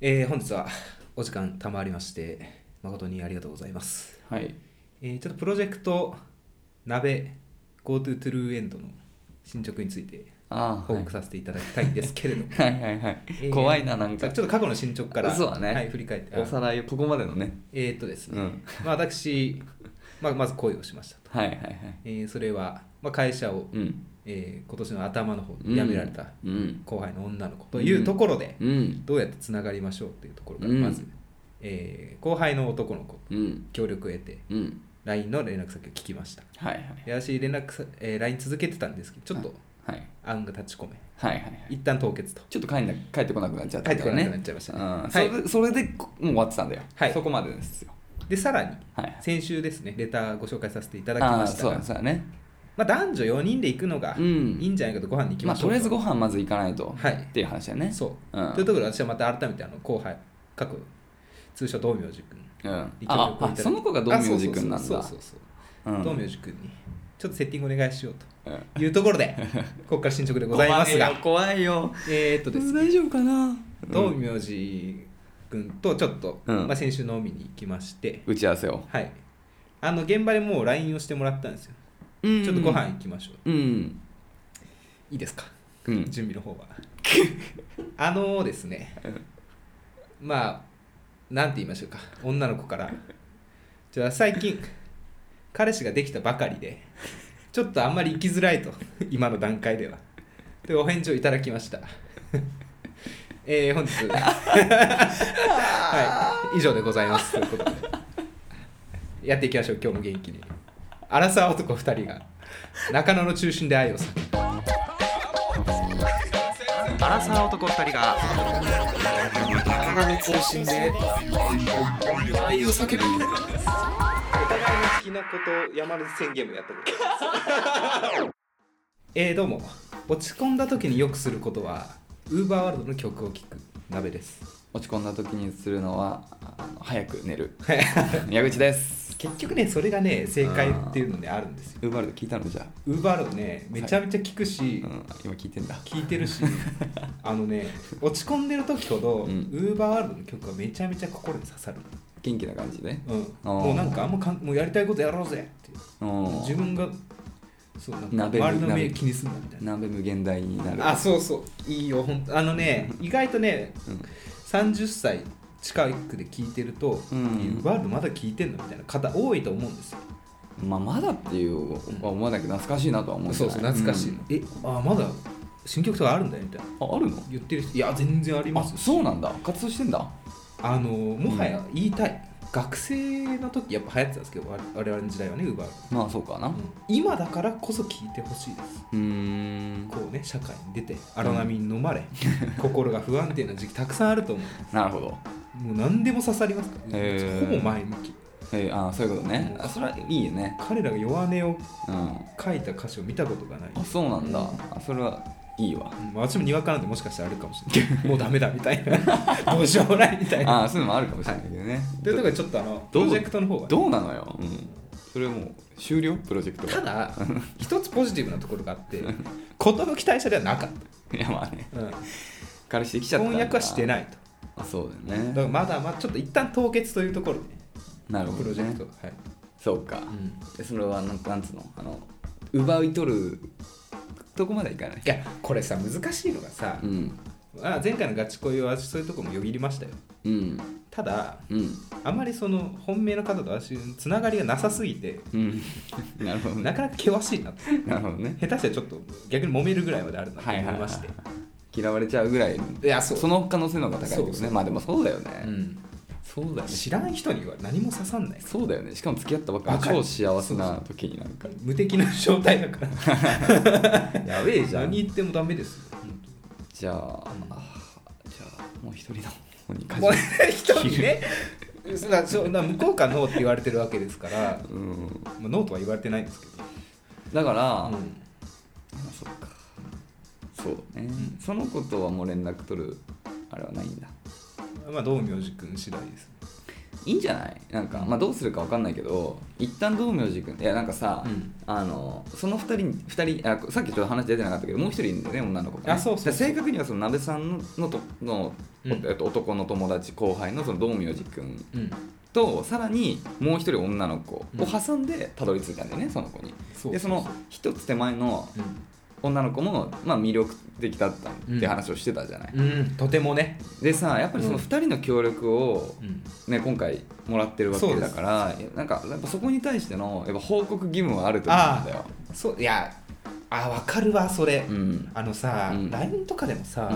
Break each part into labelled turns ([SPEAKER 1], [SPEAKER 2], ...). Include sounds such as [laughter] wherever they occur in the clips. [SPEAKER 1] えー本日はお時間賜りまして誠にありがとうございます、
[SPEAKER 2] はい。
[SPEAKER 1] えーちょっとプロジェクト鍋 GoToTrueEnd の進捗について
[SPEAKER 2] ああ、
[SPEAKER 1] 報
[SPEAKER 2] はい
[SPEAKER 1] 告させていただきたいんですけれども、
[SPEAKER 2] はいはいはい
[SPEAKER 1] えー
[SPEAKER 2] [laughs] 怖いな、なんか。
[SPEAKER 1] ちょっと過去の進捗から
[SPEAKER 2] そうだね
[SPEAKER 1] はい、振り返って
[SPEAKER 2] おさらいを、ここまでのね。
[SPEAKER 1] えーっとですね、
[SPEAKER 2] うん
[SPEAKER 1] まあ、私、まあ、まず恋をしましたと、
[SPEAKER 2] はいはいはい。
[SPEAKER 1] えーそれは、まあ、会社を、
[SPEAKER 2] うん。
[SPEAKER 1] えー今年の頭の方に辞められた
[SPEAKER 2] うん。
[SPEAKER 1] 後輩の女の子というところで、
[SPEAKER 2] うん。
[SPEAKER 1] どうやってつながりましょうっていうところから
[SPEAKER 2] うん
[SPEAKER 1] まず、えー後輩の男の子
[SPEAKER 2] うん。
[SPEAKER 1] 協力を得て
[SPEAKER 2] うん。
[SPEAKER 1] LINE の連絡先を聞きました
[SPEAKER 2] はいはい。
[SPEAKER 1] で私連絡さ、えー LINE 続けてたんですけどちょっと
[SPEAKER 2] はい。
[SPEAKER 1] 案が立ち込め
[SPEAKER 2] はいはいはい。
[SPEAKER 1] 一旦凍結と
[SPEAKER 2] ちょっと帰んな帰ってこなくなっちゃった
[SPEAKER 1] 帰っ
[SPEAKER 2] ん
[SPEAKER 1] てこ
[SPEAKER 2] だよ
[SPEAKER 1] な
[SPEAKER 2] ね。
[SPEAKER 1] くなっちゃいましたね
[SPEAKER 2] うん
[SPEAKER 1] はい
[SPEAKER 2] それでそれでこもう終わってたんだよ。
[SPEAKER 1] はい
[SPEAKER 2] そこまでですよ。
[SPEAKER 1] でさらに
[SPEAKER 2] はい。
[SPEAKER 1] 先週ですねレターご紹介させていただき
[SPEAKER 2] あ
[SPEAKER 1] ま
[SPEAKER 2] あ、
[SPEAKER 1] した
[SPEAKER 2] そう
[SPEAKER 1] が
[SPEAKER 2] そうだね。
[SPEAKER 1] まあ、男女4人で行くのが
[SPEAKER 2] う
[SPEAKER 1] い
[SPEAKER 2] ん。
[SPEAKER 1] いんじゃないかとご飯に行き
[SPEAKER 2] ま
[SPEAKER 1] ま
[SPEAKER 2] あ
[SPEAKER 1] しょ
[SPEAKER 2] と
[SPEAKER 1] う
[SPEAKER 2] りあえず
[SPEAKER 1] と、
[SPEAKER 2] ご飯まず行かないと。
[SPEAKER 1] はい
[SPEAKER 2] っていう話だよね。
[SPEAKER 1] そう、
[SPEAKER 2] うん
[SPEAKER 1] というところで私はまた改めてあの後輩各通称道明寺君
[SPEAKER 2] うん。あ
[SPEAKER 1] に協力をいただ
[SPEAKER 2] あ
[SPEAKER 1] いて
[SPEAKER 2] その子が道明寺君な
[SPEAKER 1] あ
[SPEAKER 2] ん
[SPEAKER 1] そう
[SPEAKER 2] だ。
[SPEAKER 1] そうそうそうそう
[SPEAKER 2] う
[SPEAKER 1] 道
[SPEAKER 2] ん。
[SPEAKER 1] 明寺君にちょっとセッティングお願いしよう
[SPEAKER 2] うん
[SPEAKER 1] というところ [laughs] でここから進捗でございますが
[SPEAKER 2] 怖いよ。
[SPEAKER 1] えーっと
[SPEAKER 2] 怖
[SPEAKER 1] です
[SPEAKER 2] いよ
[SPEAKER 1] ね
[SPEAKER 2] 大丈夫かな。
[SPEAKER 1] 道明寺君とちょっと、
[SPEAKER 2] うん
[SPEAKER 1] まあ、先週飲みに行きまして
[SPEAKER 2] 打ち合わせを。
[SPEAKER 1] はいあの現場でもう LINE をしてもらったんですよ
[SPEAKER 2] ち
[SPEAKER 1] ちょっとご飯行きましょう
[SPEAKER 2] うん。
[SPEAKER 1] いいですか
[SPEAKER 2] うん。
[SPEAKER 1] 準備の方はあのですねまあなんて言いましょうか女の子からじゃあ最近彼氏ができたばかりでちょっとあんまり行きづらいと今の段階ではというお返事をいただきました [laughs] えー、本
[SPEAKER 2] [laughs]
[SPEAKER 1] 日はい以上でございますということでやっていきましょう今日も元気に荒沢男2人が中野の中心で愛を叫ぶバラサー男2人が
[SPEAKER 3] 中身中心で
[SPEAKER 1] 愛を叫ぶお互いの好きなことを山根宣言もやったこと [laughs] えー、どうも落ち込んだ時によくすることはウーバーワールドの曲を聴く鍋です
[SPEAKER 2] 落ち込んだ時にするのは、あの早く寝る。矢口です。
[SPEAKER 1] 結局ねそれがね正解っていうのねあるんですよ
[SPEAKER 2] ウーバルド聞いたのじゃあ。
[SPEAKER 1] ウーバーワールドねめちゃめちゃ聴くし、
[SPEAKER 2] うん、今聞いてんだ。
[SPEAKER 1] 聴いて [laughs] るしあのね落ち込んでる時ほど、
[SPEAKER 2] うん
[SPEAKER 1] ウーバーワールドの曲はめちゃめちゃ心に刺さる、
[SPEAKER 2] 元気な感じで。
[SPEAKER 1] うん、
[SPEAKER 2] あー
[SPEAKER 1] もうなんかあんまかんもうやりたいことやろうぜっていう
[SPEAKER 2] うん。
[SPEAKER 1] 自分がそうなんか
[SPEAKER 2] 鍋
[SPEAKER 1] 周りの目
[SPEAKER 2] 鍋
[SPEAKER 1] 気にすんなみたいな
[SPEAKER 2] 鍋無限大になる。
[SPEAKER 1] あそうそういいよほんとあのね意外とね
[SPEAKER 2] うん。
[SPEAKER 1] 30歳近くで聞いてると「
[SPEAKER 2] うん
[SPEAKER 1] いやワールドまだ聞いてんの?」みたいな方多いと思うんですよ
[SPEAKER 2] まあ、まだっていうは思わないけど、懐かしいなとは思うじゃないん
[SPEAKER 1] えあまだ新曲とかあるんだよみたいな
[SPEAKER 2] あ、あるの
[SPEAKER 1] 言ってる人いや全然あり
[SPEAKER 2] あ、
[SPEAKER 1] ます
[SPEAKER 2] そうなんだ。活動してんだ。
[SPEAKER 1] あのもはや言いたい、学生の時やっぱ流行ってたんですけど我我々の時代はねウーバー、
[SPEAKER 2] まあ、そうかな。
[SPEAKER 1] 今だからこそ聞いてほしいです
[SPEAKER 2] うーん。
[SPEAKER 1] こうね社会に出て荒波に飲まれ、心が不安定な時期たくさんあると思
[SPEAKER 2] なるほど。
[SPEAKER 1] うもう何でも刺さりますから、
[SPEAKER 2] へー
[SPEAKER 1] ほぼ前向き
[SPEAKER 2] えー、あ、そういうことね。あ、それはいいよね。
[SPEAKER 1] 彼らが弱音を
[SPEAKER 2] うん。
[SPEAKER 1] 書いた歌詞を見たことがない
[SPEAKER 2] あそうなんだ、あそれはいいわ
[SPEAKER 1] うん私もにわかなんてもしかしたらあるかもしれない
[SPEAKER 2] [laughs]
[SPEAKER 1] もうダメだみたいなどうしようもないみたいな
[SPEAKER 2] あそういうのもあるかもしれないけどね、
[SPEAKER 1] というところでちょっとあのプ
[SPEAKER 2] どう
[SPEAKER 1] ロジェクトの方はね
[SPEAKER 2] どうなのよ、うん、それもう終了プロジェクト
[SPEAKER 1] た
[SPEAKER 2] が
[SPEAKER 1] だ一つポジティブなところがあって寿退社ではなかっ
[SPEAKER 2] [laughs] いやまあね
[SPEAKER 1] た、うん、
[SPEAKER 2] 彼氏できちゃったんだ
[SPEAKER 1] 翻訳はしてないと
[SPEAKER 2] あそうだよ
[SPEAKER 1] だか
[SPEAKER 2] ね
[SPEAKER 1] らまだまだちょっと一旦凍結というところでね
[SPEAKER 2] なるほ
[SPEAKER 1] プロ
[SPEAKER 2] ど
[SPEAKER 1] ジェク
[SPEAKER 2] ね
[SPEAKER 1] トはい、
[SPEAKER 2] そうか、
[SPEAKER 1] うん
[SPEAKER 2] でそれはなんなんつうのあの奪い取るとこまでいかない
[SPEAKER 1] いやこれさ難しいのがさ
[SPEAKER 2] う、ん
[SPEAKER 1] あ前回のガチ恋はそういうとこもよぎりましたよ
[SPEAKER 2] うん
[SPEAKER 1] ただ
[SPEAKER 2] うん
[SPEAKER 1] あまりその本命の方と私のつながりがなさすぎて
[SPEAKER 2] うん [laughs] なるほど
[SPEAKER 1] な
[SPEAKER 2] ね
[SPEAKER 1] かなか険しいなと
[SPEAKER 2] なるほどね
[SPEAKER 1] 下手したらちょっと逆に揉めるぐらいまであるなと
[SPEAKER 2] はい
[SPEAKER 1] 思
[SPEAKER 2] はいいはい
[SPEAKER 1] まして、
[SPEAKER 2] 嫌われちゃうぐらい
[SPEAKER 1] いやそう
[SPEAKER 2] その可能性の方が高いってことね
[SPEAKER 1] そうそう
[SPEAKER 2] まあでもそうだよね、
[SPEAKER 1] うん、
[SPEAKER 2] そうだよね
[SPEAKER 1] 知らん人には何も刺さんない
[SPEAKER 2] そうだよねしかも付き合ったばっかり
[SPEAKER 1] 若い
[SPEAKER 2] 超幸せな時になんか
[SPEAKER 1] 無敵な状態だから
[SPEAKER 2] やべ
[SPEAKER 1] 何言ってもダメですよ本
[SPEAKER 2] じゃあ、じゃあもう一人の方に
[SPEAKER 1] 当
[SPEAKER 2] 舵
[SPEAKER 1] も
[SPEAKER 2] を
[SPEAKER 1] う人にねそんなそんな向こうからノーって言われてるわけですから、
[SPEAKER 2] うん、
[SPEAKER 1] まあ、ノーとは言われてないんですけど、
[SPEAKER 2] だから、
[SPEAKER 1] う
[SPEAKER 2] あ
[SPEAKER 1] ん
[SPEAKER 2] そっかそうだね、その子とはもう連絡取るあれはないんだ
[SPEAKER 1] まあ、道明寺君次第です
[SPEAKER 2] いいんじゃないなんか、まあ、どうするか分かんないけど一旦道明寺君いやなんかさ、
[SPEAKER 1] うん
[SPEAKER 2] あのその二人に二人あさっきちょっと話出てなかったけどもう一人いるんだよね女の子がね、
[SPEAKER 1] あそうそうそう
[SPEAKER 2] だから正確にはその鍋さんののとの、
[SPEAKER 1] うん
[SPEAKER 2] えっと男の友達後輩のその道明寺君
[SPEAKER 1] うん
[SPEAKER 2] とさらにもう一人女の子を
[SPEAKER 1] うん
[SPEAKER 2] 挟んでたどり着いたんだよねその子に。
[SPEAKER 1] そう
[SPEAKER 2] でその一つ手前の
[SPEAKER 1] う
[SPEAKER 2] 女の子も、まあ、魅力的だったって話をしてたじゃない、
[SPEAKER 1] ん、うん、とてもね、
[SPEAKER 2] でさやっぱりその
[SPEAKER 1] うん
[SPEAKER 2] 2人の協力を、
[SPEAKER 1] うん、
[SPEAKER 2] ね、今回もらってるわけだからなんかやっぱそこに対してのやっぱ報告義務はあると思うんだよ、
[SPEAKER 1] そういやあわかるわそれ、
[SPEAKER 2] うん
[SPEAKER 1] あのさ、
[SPEAKER 2] うん
[SPEAKER 1] LINE とかでもさ、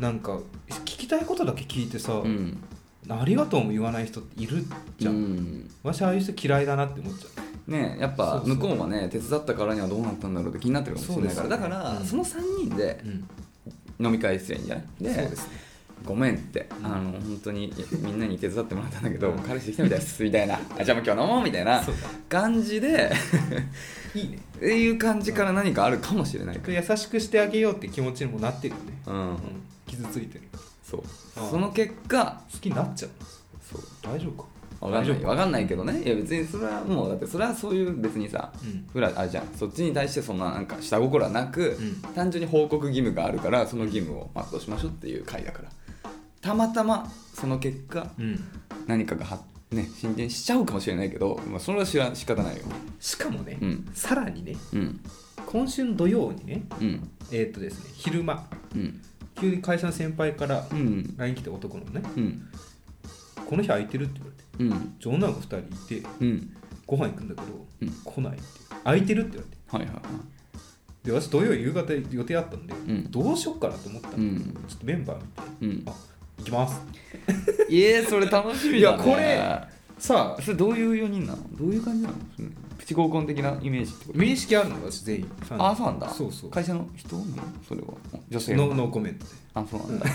[SPEAKER 1] なんか聞きたいことだけ聞いてさ、
[SPEAKER 2] うんうん
[SPEAKER 1] ありがとうも言わない人っているじゃん、
[SPEAKER 2] うん
[SPEAKER 1] 私ああいう人嫌いだなって思っちゃう
[SPEAKER 2] ね、やっぱ
[SPEAKER 1] そうそう
[SPEAKER 2] 向こうはね手伝ったからにはどうなったんだろうって気になってるかもしれないから、
[SPEAKER 1] そうで
[SPEAKER 2] だ
[SPEAKER 1] すよ
[SPEAKER 2] か
[SPEAKER 1] ね
[SPEAKER 2] ら、
[SPEAKER 1] うん
[SPEAKER 2] その3人で
[SPEAKER 1] うん
[SPEAKER 2] 飲み会すりゃいいんじゃないで
[SPEAKER 1] そうですね
[SPEAKER 2] ごめんって、
[SPEAKER 1] うん
[SPEAKER 2] あの本当にいやみんなに手伝ってもらったんだけど、
[SPEAKER 1] うん
[SPEAKER 2] 彼氏できたみたいですみたいなあじゃあもう今日飲もうみたいな
[SPEAKER 1] そう
[SPEAKER 2] 感じで
[SPEAKER 1] いいね
[SPEAKER 2] っていう感じから何かあるかもしれないか
[SPEAKER 1] 優しくしてあげようって気持ちにもなってるよね、
[SPEAKER 2] ら、うん
[SPEAKER 1] うん傷ついてる
[SPEAKER 2] そう
[SPEAKER 1] ああ
[SPEAKER 2] その結果
[SPEAKER 1] 好きになっちゃう
[SPEAKER 2] そう
[SPEAKER 1] 大丈夫か
[SPEAKER 2] 分かん
[SPEAKER 1] 大丈
[SPEAKER 2] ない
[SPEAKER 1] 夫
[SPEAKER 2] わかんないけどねいや別にそれはもうだってそれはそういう別にさ
[SPEAKER 1] うん
[SPEAKER 2] フラあれじゃんそっちに対してそんななんか下心はなく、
[SPEAKER 1] うん
[SPEAKER 2] 単純に報告義務があるからその義務を全うしましょうっていう回だからたまたまその結果
[SPEAKER 1] うん
[SPEAKER 2] 何かがは、ね、進展しちゃうかもしれないけど、まあ、それは知ら仕方ないよ
[SPEAKER 1] しかもね、
[SPEAKER 2] うん
[SPEAKER 1] さらにね
[SPEAKER 2] うん
[SPEAKER 1] 今週の土曜にね
[SPEAKER 2] うん
[SPEAKER 1] えーっとですね昼間
[SPEAKER 2] うん
[SPEAKER 1] 急に会社の先輩から
[SPEAKER 2] うん
[SPEAKER 1] LINE 来て男のね
[SPEAKER 2] うん
[SPEAKER 1] この日空いてるって言われて
[SPEAKER 2] うん
[SPEAKER 1] じゃあ女の子2人いて
[SPEAKER 2] うん
[SPEAKER 1] ご飯行くんだけど、
[SPEAKER 2] うん
[SPEAKER 1] 来ないって空いてるって言われて
[SPEAKER 2] はいはいは
[SPEAKER 1] で私土曜夕方予定あったんで、
[SPEAKER 2] ん
[SPEAKER 1] どうしよっかなと思ったの、
[SPEAKER 2] いうん
[SPEAKER 1] ちょっとメンバー見て
[SPEAKER 2] うん
[SPEAKER 1] あ行きます
[SPEAKER 2] いえそれ楽しみだ、ね、
[SPEAKER 1] いやさあ
[SPEAKER 2] それどういう4人なのどういう感じなのそのプチ合コン的なイメージってこと
[SPEAKER 1] 面識あるの私全員
[SPEAKER 2] あそうなんだ
[SPEAKER 1] そうそう
[SPEAKER 2] 会社の人なのそれは女性
[SPEAKER 1] ノーノーコメントで
[SPEAKER 2] あそうなんだ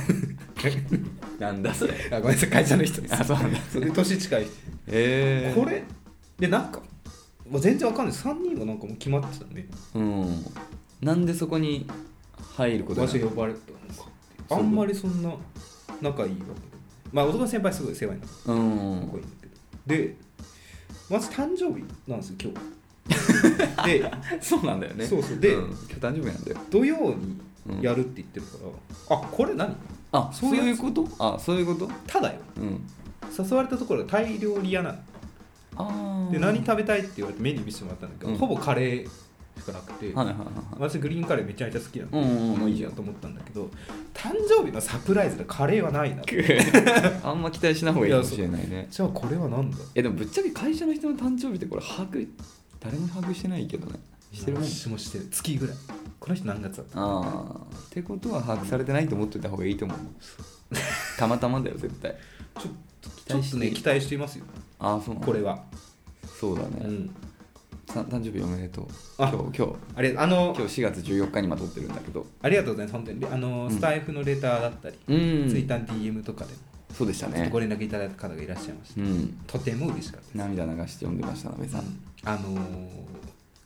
[SPEAKER 2] なんだそれ
[SPEAKER 1] あごめんなさい会社の人です
[SPEAKER 2] あそうなんだ
[SPEAKER 1] それで年近い人
[SPEAKER 2] ええ
[SPEAKER 1] これでなんか、まあ、全然わかんない3人はなんかもう決まってたね
[SPEAKER 2] うんなんでそこに入ること
[SPEAKER 1] 私
[SPEAKER 2] に
[SPEAKER 1] が
[SPEAKER 2] な
[SPEAKER 1] 呼ばれたのかってあんまりそんな仲いいわけでもないまあ男の先輩すごい世話になって
[SPEAKER 2] う
[SPEAKER 1] かっこい
[SPEAKER 2] ん
[SPEAKER 1] いんだけどでまず誕生日なんですよ今 [laughs] 日で
[SPEAKER 2] そうなんだよね
[SPEAKER 1] そうそうで
[SPEAKER 2] ん今日誕生日なんだよ
[SPEAKER 1] 土曜にやるって言ってるから、あこれ何
[SPEAKER 2] あ
[SPEAKER 1] そ
[SPEAKER 2] そうう
[SPEAKER 1] いう
[SPEAKER 2] い
[SPEAKER 1] や
[SPEAKER 2] う
[SPEAKER 1] つ
[SPEAKER 2] ことあそういうこと
[SPEAKER 1] ただよ
[SPEAKER 2] うん
[SPEAKER 1] 誘われたところがタイ料理屋なの
[SPEAKER 2] ああ
[SPEAKER 1] で何食べたいって言われてメニュー見せてもらったんだけど、
[SPEAKER 2] うん
[SPEAKER 1] ほぼカレーしかなくて、
[SPEAKER 2] はいはいはい
[SPEAKER 1] 私グリーンカレーめちゃめちゃ好きなので、
[SPEAKER 2] うんうんうん
[SPEAKER 1] まあいいやと思ったんだけど誕生日のサプライズでカレーはないなって
[SPEAKER 2] [laughs] あんま期待しない方がいいかもしれないね。
[SPEAKER 1] じゃあこれは何だ
[SPEAKER 2] いやでもぶっちゃけ会社の人の誕生日ってこれ把握誰も把握してないけどね。してるもん。
[SPEAKER 1] 私もしてる月ぐらいこの人何月だった
[SPEAKER 2] ああ。ってことは把握されてないと思っておいた方がいいと [laughs] 思う。たまたまだよ絶対。
[SPEAKER 1] ちょっと
[SPEAKER 2] 期待し
[SPEAKER 1] ちょっとね期待していますよ
[SPEAKER 2] ああそうなの
[SPEAKER 1] これは、
[SPEAKER 2] そうだね、
[SPEAKER 1] うん
[SPEAKER 2] さ誕生日おめでとう。今
[SPEAKER 1] あ
[SPEAKER 2] 日今日
[SPEAKER 1] あれあの
[SPEAKER 2] 今日4月14日に今撮ってるんだけど。
[SPEAKER 1] ありがとうございます本当にあの、
[SPEAKER 2] ん
[SPEAKER 1] スタイフのレターだったり、
[SPEAKER 2] うん。
[SPEAKER 1] ツイッターの DM とかでも
[SPEAKER 2] そうでした
[SPEAKER 1] ちょっと
[SPEAKER 2] ね
[SPEAKER 1] ご。連絡いただいた方がいらっしゃいました、
[SPEAKER 2] うん。
[SPEAKER 1] とても嬉しかったです
[SPEAKER 2] 涙流して読んでましたなべさん。
[SPEAKER 1] あの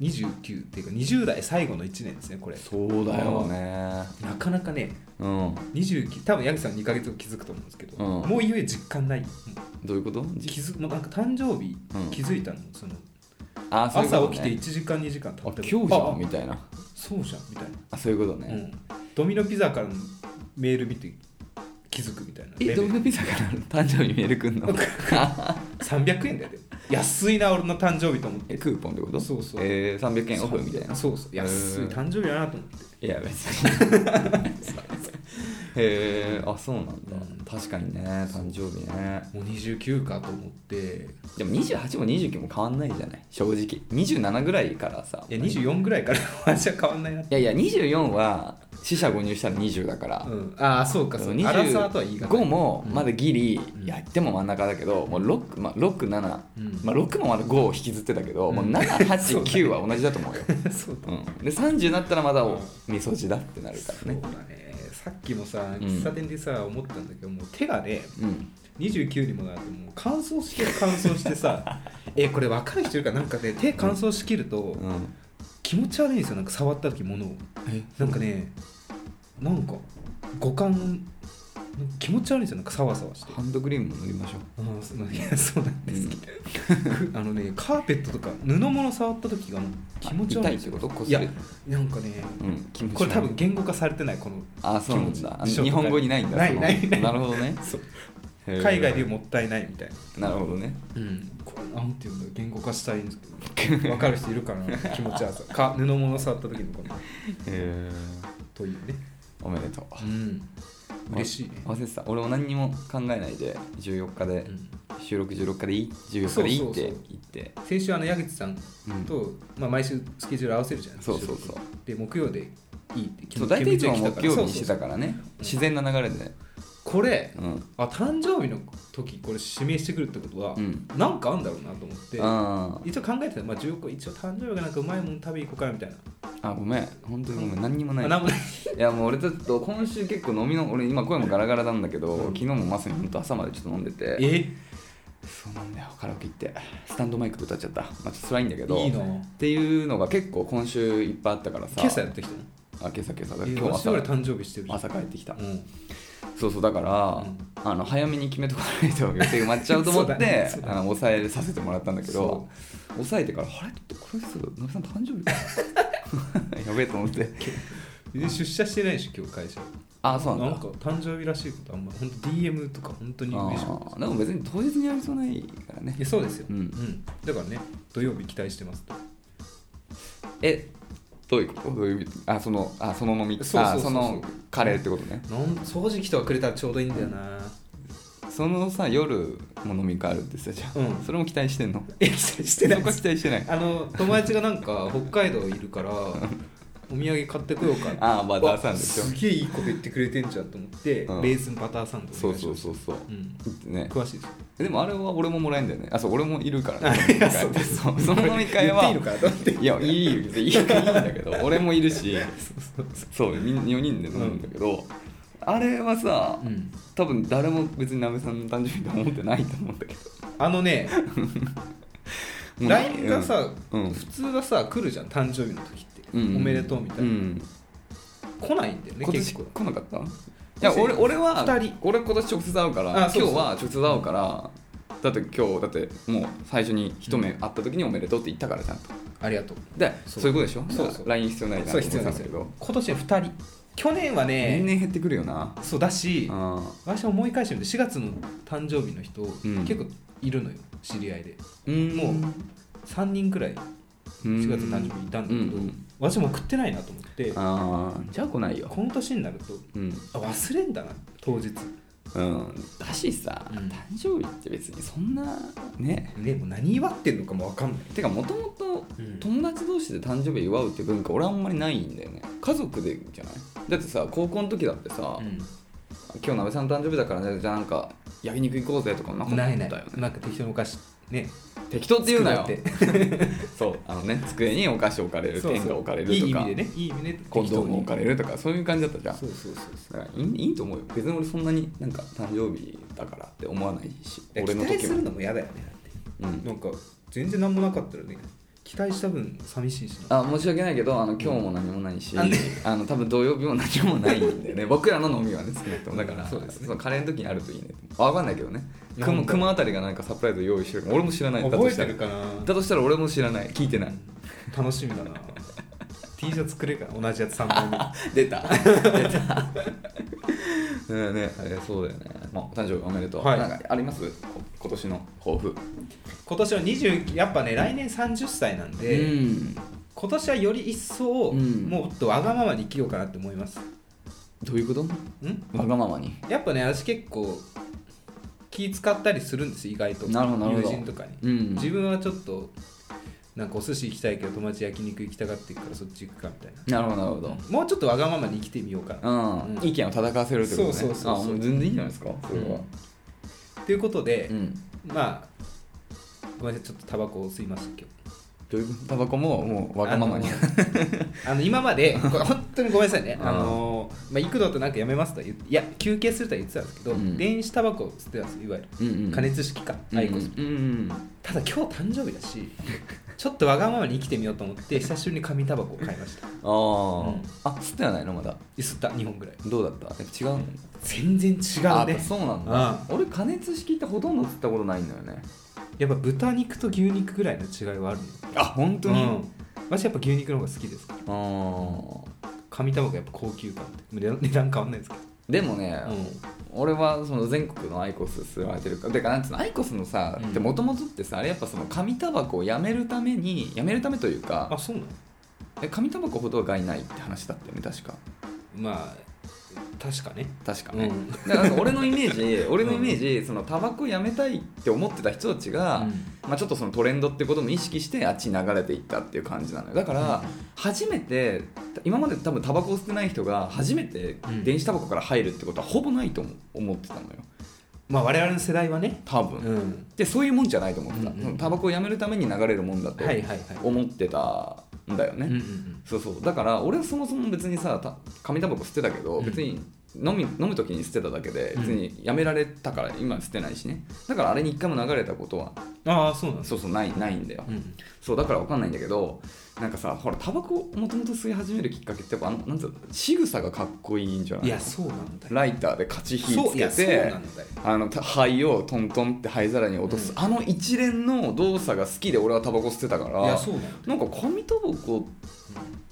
[SPEAKER 1] ー、29っていうか20代最後の1年ですねこれ
[SPEAKER 2] そうだよね。
[SPEAKER 1] なかなかね
[SPEAKER 2] うん。
[SPEAKER 1] 29多分八木さん2ヶ月後気づくと思うんですけど、
[SPEAKER 2] うん
[SPEAKER 1] もういよいよ実感ない
[SPEAKER 2] どういうこと？
[SPEAKER 1] 気づもうなんか誕生日
[SPEAKER 2] うん
[SPEAKER 1] 気づいたの,、その
[SPEAKER 2] ああそういうこ
[SPEAKER 1] 朝
[SPEAKER 2] とね
[SPEAKER 1] 起きて1時間2時間経
[SPEAKER 2] あ
[SPEAKER 1] って
[SPEAKER 2] 今日じゃ
[SPEAKER 1] あ
[SPEAKER 2] んみたいな
[SPEAKER 1] そうじゃんみたい
[SPEAKER 2] あそういうことね、
[SPEAKER 1] な、うん、ドミノピザからのメール見て気づくみたいな
[SPEAKER 2] え
[SPEAKER 1] レベ
[SPEAKER 2] ドミ
[SPEAKER 1] ル
[SPEAKER 2] ノピザから [laughs] 誕生日メールくん
[SPEAKER 1] [laughs]
[SPEAKER 2] の
[SPEAKER 1] 300円だよでも安いな俺の誕生日と思って
[SPEAKER 2] えクーポンってこと
[SPEAKER 1] そうそう
[SPEAKER 2] えー、300円オフみたいな
[SPEAKER 1] そうそう安い
[SPEAKER 2] うん
[SPEAKER 1] 誕生日だなと思って
[SPEAKER 2] いや別に
[SPEAKER 1] [laughs]
[SPEAKER 2] へえあそうなんだ、
[SPEAKER 1] うん
[SPEAKER 2] 確かにね誕生日ね
[SPEAKER 1] もう29かと思って
[SPEAKER 2] でも28も29も変わんないじゃない正直27ぐらいからさ
[SPEAKER 1] いや24ぐらいから [laughs] 私は変わんないなって、
[SPEAKER 2] いやいや24は四捨五入したら20だから、
[SPEAKER 1] うん、ああそうかそうかアラサーとは言い難い
[SPEAKER 2] 25もまだギリ、
[SPEAKER 1] うん
[SPEAKER 2] いやっても真ん中だけどもう6、まあ、67、
[SPEAKER 1] うん
[SPEAKER 2] まあ、6もまだ5を引きずってたけど、もう
[SPEAKER 1] うんそうだね
[SPEAKER 2] 789は同じだと思うよ、
[SPEAKER 1] [laughs] そう
[SPEAKER 2] うん、で30になったらまだ
[SPEAKER 1] うん
[SPEAKER 2] おみそじだってなるからね
[SPEAKER 1] そうだねさっきもさ喫茶店でさ、思ったんだけどもう手がね
[SPEAKER 2] うん
[SPEAKER 1] 29にもなるともう乾燥して乾燥してさ [laughs] えこれ分かる人いるかなんかね手乾燥しきると
[SPEAKER 2] うん
[SPEAKER 1] 気持ち悪いんですよなんか触った時物を
[SPEAKER 2] え
[SPEAKER 1] なんかねなんか五感気持ち悪いんですよなんかサワサワして
[SPEAKER 2] ハンドクリームも塗りましょう
[SPEAKER 1] あーそのいやそうなんですけど、 [laughs] あのねカーペットとか布物触った時がもう気持ち悪いんですよ
[SPEAKER 2] 痛いってことこす
[SPEAKER 1] い
[SPEAKER 2] れ
[SPEAKER 1] やなんかね
[SPEAKER 2] うん気持ち悪い
[SPEAKER 1] これ多分言語化されてないこの
[SPEAKER 2] あそうなんだあ
[SPEAKER 1] 気持ち
[SPEAKER 2] 日本語にないんだ
[SPEAKER 1] ない
[SPEAKER 2] その
[SPEAKER 1] ないない
[SPEAKER 2] なるほどね
[SPEAKER 1] そう [laughs]
[SPEAKER 2] へー
[SPEAKER 1] 海外でもったいないみたいな
[SPEAKER 2] なるほどね
[SPEAKER 1] うんこれなんていうんだろう言語化したいんですけど分かる人いるかな気持ち悪さか布物触った時のこの
[SPEAKER 2] へ
[SPEAKER 1] というね
[SPEAKER 2] おめでとう
[SPEAKER 1] うん嬉しいね
[SPEAKER 2] 忘れてた俺も何にも考えないで14日で、
[SPEAKER 1] うん
[SPEAKER 2] 収録16日でいい14日でいいって
[SPEAKER 1] そうそうそう
[SPEAKER 2] 言って
[SPEAKER 1] 先週あの矢口さん
[SPEAKER 2] うん
[SPEAKER 1] と、まあ、毎週スケジュール合わせるじゃないです
[SPEAKER 2] そう
[SPEAKER 1] か
[SPEAKER 2] そうそう
[SPEAKER 1] で木曜でいいって決
[SPEAKER 2] そう
[SPEAKER 1] め
[SPEAKER 2] 大体いつ
[SPEAKER 1] 決
[SPEAKER 2] も
[SPEAKER 1] めてきた
[SPEAKER 2] 木曜日にしてた
[SPEAKER 1] そうそう
[SPEAKER 2] からね自然な流れで
[SPEAKER 1] そうこれ
[SPEAKER 2] うん
[SPEAKER 1] あ誕生日の時これ指名してくるってことは、
[SPEAKER 2] うん
[SPEAKER 1] なんかあんだろうなと思って
[SPEAKER 2] あー
[SPEAKER 1] 一応考えてた、まあ、14個一応誕生日がなんかうまいもん食べ行こうかみたいな、
[SPEAKER 2] あごめん本当にごめん何にも
[SPEAKER 1] ま
[SPEAKER 2] な
[SPEAKER 1] あ、
[SPEAKER 2] い
[SPEAKER 1] なんもない
[SPEAKER 2] いやもう俺ちょっと今週結構飲みの俺今声もガラガラなんだけど、昨日もまさに本当朝までちょっと飲んでて
[SPEAKER 1] え
[SPEAKER 2] そうなんだよカラオケ行ってスタンドマイクで歌っちゃった、まあ、ちょっと辛いんだけど
[SPEAKER 1] いいな
[SPEAKER 2] っていうのが結構今週いっぱいあったからさ
[SPEAKER 1] 今朝やってきたの
[SPEAKER 2] あ今朝今朝
[SPEAKER 1] え
[SPEAKER 2] 今日
[SPEAKER 1] 私
[SPEAKER 2] 朝
[SPEAKER 1] 俺誕生日してるじゃん
[SPEAKER 2] 朝帰ってきた、
[SPEAKER 1] うん
[SPEAKER 2] そうそうだから、あの早めに決めとかないと予定埋まっちゃうと思っ
[SPEAKER 1] そうだね
[SPEAKER 2] て、
[SPEAKER 1] そうだ
[SPEAKER 2] あの抑えさせてもらったんだけど
[SPEAKER 1] そ
[SPEAKER 2] 抑えてからあれってこれすぐ野木さん誕生日か [laughs] やべえと
[SPEAKER 1] [laughs]
[SPEAKER 2] 思って
[SPEAKER 1] で出社してないでしょ今日会社
[SPEAKER 2] あそうな
[SPEAKER 1] なんん
[SPEAKER 2] だ
[SPEAKER 1] か誕生日らしいことあんま本当 DM とか本当に嬉しかったです
[SPEAKER 2] あーでも別に当日にやりそうないからね
[SPEAKER 1] いやそうですよ、
[SPEAKER 2] うん
[SPEAKER 1] だからね土曜日期待してますと
[SPEAKER 2] えどういうことどういう意味あそのあその飲み
[SPEAKER 1] そうそうそうそう
[SPEAKER 2] あそのカレーってことね
[SPEAKER 1] なん掃除機とかくれたらちょうどいいんだよな、
[SPEAKER 2] そのさ夜も飲み会あるってさじゃあ、
[SPEAKER 1] うん
[SPEAKER 2] それも期待してんの
[SPEAKER 1] え期待して [laughs] ない
[SPEAKER 2] そこは期待してない
[SPEAKER 1] あの友達がなんか北海道いるからお土産買ってこようかって
[SPEAKER 2] あーバターサンドでしょ
[SPEAKER 1] すげえいいこと言ってくれてんじゃんと思って、
[SPEAKER 2] うん
[SPEAKER 1] レーズンバターサンド
[SPEAKER 2] そうそう
[SPEAKER 1] う、
[SPEAKER 2] そうそう、
[SPEAKER 1] うん、
[SPEAKER 2] ね
[SPEAKER 1] 詳しいです
[SPEAKER 2] でもあれは俺ももらえんだよねあそう俺もいるからね
[SPEAKER 1] いやそうで
[SPEAKER 2] そうその飲み会は
[SPEAKER 1] 言っていいのかなと思って
[SPEAKER 2] いやいいよ別にいいよいいんだけど俺もいる
[SPEAKER 1] [laughs]
[SPEAKER 2] しそうみん4人で飲むんだけど、あれはさ、
[SPEAKER 1] うん
[SPEAKER 2] 多分誰も別になべさんの誕生日と思ってないと思うんだけど
[SPEAKER 1] あのね
[SPEAKER 2] [laughs] もう
[SPEAKER 1] LINE がさ、
[SPEAKER 2] うんうん
[SPEAKER 1] 普通はさ来るじゃん誕生日の時って、
[SPEAKER 2] うん
[SPEAKER 1] おめでとうみたいな、
[SPEAKER 2] うん
[SPEAKER 1] 来ないんだよね
[SPEAKER 2] 今
[SPEAKER 1] 結
[SPEAKER 2] 年
[SPEAKER 1] 構
[SPEAKER 2] 来なかったいや俺俺は
[SPEAKER 1] 二人
[SPEAKER 2] 俺今年直接会うから
[SPEAKER 1] あそうそう
[SPEAKER 2] 今日は直接会うからだって今日だってもう最初に一目会った時におめでとうって言ったからちゃんと
[SPEAKER 1] ありがとう
[SPEAKER 2] で
[SPEAKER 1] そ
[SPEAKER 2] そうういうことでしょ
[SPEAKER 1] そうそう
[SPEAKER 2] LINE 必要ないな
[SPEAKER 1] そう必要なんです
[SPEAKER 2] と
[SPEAKER 1] よ
[SPEAKER 2] 思って
[SPEAKER 1] 今年2人去年は
[SPEAKER 2] たんだけど年
[SPEAKER 1] ね
[SPEAKER 2] 々減ってくるよな
[SPEAKER 1] そうだし
[SPEAKER 2] あ
[SPEAKER 1] 私思い返してみて4月の誕生日の人、
[SPEAKER 2] ん
[SPEAKER 1] 結構いるのよ知り合いで
[SPEAKER 2] うん
[SPEAKER 1] もう3人くらい4月の誕生日いたんだけど、
[SPEAKER 2] うんうん
[SPEAKER 1] 私もう食ってないなと思ってこ
[SPEAKER 2] ああじゃあ来ないよ
[SPEAKER 1] の年になると
[SPEAKER 2] うん、
[SPEAKER 1] あ忘れんだな当日
[SPEAKER 2] うん、だしさ、
[SPEAKER 1] うん
[SPEAKER 2] 誕生日って別にそんなね
[SPEAKER 1] ねもう何祝ってんのかも分かんない
[SPEAKER 2] てかもともと
[SPEAKER 1] うん
[SPEAKER 2] 友達同士で誕生日祝うって文化俺あんまりないんだよね家族でじゃないだってさ高校の時だってさ、今日鍋さんの誕生日だからねじゃあなんか焼肉行こうぜとかなか
[SPEAKER 1] うん、
[SPEAKER 2] った
[SPEAKER 1] ない
[SPEAKER 2] よ
[SPEAKER 1] ない
[SPEAKER 2] ね
[SPEAKER 1] なんか適当にお菓子ね
[SPEAKER 2] 適当って言うなよ
[SPEAKER 1] 作って
[SPEAKER 2] そうあのね机にお菓子置かれる
[SPEAKER 1] そうそう
[SPEAKER 2] ペンが置かれるとか
[SPEAKER 1] いい意味でねいい意味で
[SPEAKER 2] コンドーム置か
[SPEAKER 1] れ
[SPEAKER 2] れるとかそういう感じだったじゃん
[SPEAKER 1] そうそうそうそう
[SPEAKER 2] だからいいいいと思うよ別に俺そんなになんか誕生日だからって思わないし
[SPEAKER 1] いや
[SPEAKER 2] 俺の
[SPEAKER 1] 期待
[SPEAKER 2] 時
[SPEAKER 1] する
[SPEAKER 2] も、
[SPEAKER 1] のも嫌だよねだって
[SPEAKER 2] うん、
[SPEAKER 1] なんか全然何もなかったらね期待した分寂しいしな
[SPEAKER 2] あ申し訳ないけどあの今日も何もないし、
[SPEAKER 1] うん
[SPEAKER 2] あの多分土曜日も何もないんだよね [laughs] 僕らの飲みはね少なくともだから、
[SPEAKER 1] そうですね
[SPEAKER 2] のカレーの時にあるといいねあ分かんないけどね
[SPEAKER 1] いや本
[SPEAKER 2] 熊
[SPEAKER 1] 当
[SPEAKER 2] 熊あたりがなんかサプライズ用意してるか俺も知らないだと
[SPEAKER 1] 覚え
[SPEAKER 2] した
[SPEAKER 1] て
[SPEAKER 2] ら
[SPEAKER 1] るかな
[SPEAKER 2] だとしたら俺も知らない聞いてない
[SPEAKER 1] 楽しみ
[SPEAKER 2] [laughs]
[SPEAKER 1] だな T シャツくれるかな同じやつ3本目
[SPEAKER 2] 出た出たねえねえそうだよね、まあ、お誕生日おめでとう、
[SPEAKER 1] はい
[SPEAKER 2] なんかありますこ今年の抱負
[SPEAKER 1] 今年は20やっぱね来年30歳なんで、
[SPEAKER 2] うん
[SPEAKER 1] 今年はより一層、
[SPEAKER 2] うん
[SPEAKER 1] もっとわがままに生きようかなって思います
[SPEAKER 2] どういうこと
[SPEAKER 1] ん
[SPEAKER 2] わがままに
[SPEAKER 1] やっぱね私結構気使ったりするんです意外と
[SPEAKER 2] なるほどなるほど
[SPEAKER 1] 友人とかに、
[SPEAKER 2] うん
[SPEAKER 1] 自分はちょっとなんかお寿司行きたいけど友達焼肉行きたがってるからそっち行くかみたいな
[SPEAKER 2] なるほどなるほど
[SPEAKER 1] もうちょっとわがままに生きてみようかな
[SPEAKER 2] うん、
[SPEAKER 1] うん
[SPEAKER 2] 意見を戦わせるってことね
[SPEAKER 1] そうそうそうそう
[SPEAKER 2] あもう全然いいんじゃないですかそれは
[SPEAKER 1] ということで、
[SPEAKER 2] ん
[SPEAKER 1] まあごめんなさいちょっとタバコを吸いました今日 [laughs]
[SPEAKER 2] どういうことタバコももうわがままに
[SPEAKER 1] あのあの今までこれ本当にごめんなさいね、
[SPEAKER 2] うん
[SPEAKER 1] あのーまあ、幾度となんかやめますとは言っていや休憩するとは言ってたんですけど、
[SPEAKER 2] うん
[SPEAKER 1] 電子タバコを吸ってたんですよいわゆ
[SPEAKER 2] うんう
[SPEAKER 1] る
[SPEAKER 2] ん
[SPEAKER 1] 加熱式か、アイコス
[SPEAKER 2] うんうん
[SPEAKER 1] ただ今日誕生日だしちょっとわがままに生きてみようと思って久しぶりに紙タバコを買いました
[SPEAKER 2] あー、
[SPEAKER 1] うん
[SPEAKER 2] あ吸ってはないのまだ
[SPEAKER 1] 吸った2本ぐらい
[SPEAKER 2] どうだったやっぱ違うの
[SPEAKER 1] 全然違
[SPEAKER 2] あ
[SPEAKER 1] う
[SPEAKER 2] やっぱ
[SPEAKER 1] ね
[SPEAKER 2] そうなんだ俺加熱式ってほとんど吸ったことないんだよね
[SPEAKER 1] やっぱ豚肉と牛肉ぐらいの違いはあるの
[SPEAKER 2] あ本当に、
[SPEAKER 1] う
[SPEAKER 2] あ
[SPEAKER 1] ん、私やっぱ牛肉の方が好きですから
[SPEAKER 2] ー
[SPEAKER 1] 紙タバコやっぱ高級感って値段値段変わんないですけ
[SPEAKER 2] でもね、
[SPEAKER 1] ど、うん、
[SPEAKER 2] 俺はその全国のアイコス吸われてるからてかなんつうのアイコスのさ
[SPEAKER 1] うん
[SPEAKER 2] もともとってさあれやっぱその紙タバコをやめるためにやめるためというか
[SPEAKER 1] あそうなの
[SPEAKER 2] え紙タバコほどは害ないって話だったよね確か
[SPEAKER 1] まあ確かね
[SPEAKER 2] 確かね、
[SPEAKER 1] うん
[SPEAKER 2] だからなんか俺のイメージ俺のイメージそのタバコやめたいって思ってた人たちが、まあ、ちょっとそのトレンドってことも意識してあっちに流れていったっていう感じなのよだから初めて今まで多分タバコを吸ってない人が初めて
[SPEAKER 1] うん
[SPEAKER 2] 電子タバコから入るってことはほぼないと思思ってたのよ
[SPEAKER 1] まあ我々の世代はね
[SPEAKER 2] 多分、
[SPEAKER 1] うん
[SPEAKER 2] でそういうもんじゃないと思ってた、
[SPEAKER 1] うんうん
[SPEAKER 2] そのタバコをやめるために流れるもんだと
[SPEAKER 1] はいはいはい
[SPEAKER 2] 思ってたんだよね、
[SPEAKER 1] うんうんうん
[SPEAKER 2] そうそうだから俺はそもそも別にさた紙タバコ捨てたけど
[SPEAKER 1] うん
[SPEAKER 2] 別に飲み、飲む時に捨てただけで
[SPEAKER 1] うん
[SPEAKER 2] 別にやめられたから今捨てないしねだからあれに一回も流れたことは
[SPEAKER 1] ああそうなんです
[SPEAKER 2] そうそうないないんだよ、
[SPEAKER 1] うん
[SPEAKER 2] そうだから分かんないんだけどなんかさほらタバコをもともと吸い始めるきっかけってやっぱあのなんつうの仕草がかっこいいんじゃない
[SPEAKER 1] いやそうなんだよ
[SPEAKER 2] ライターで勝ち火
[SPEAKER 1] そ
[SPEAKER 2] つ
[SPEAKER 1] ういや
[SPEAKER 2] け
[SPEAKER 1] そう
[SPEAKER 2] て
[SPEAKER 1] なんだよ
[SPEAKER 2] あのた灰をトントンって灰皿に落とす、
[SPEAKER 1] う
[SPEAKER 2] あの一連の動作が好きで俺はタバコ吸ってたから
[SPEAKER 1] いやそうなんだよ
[SPEAKER 2] なんか紙タバコ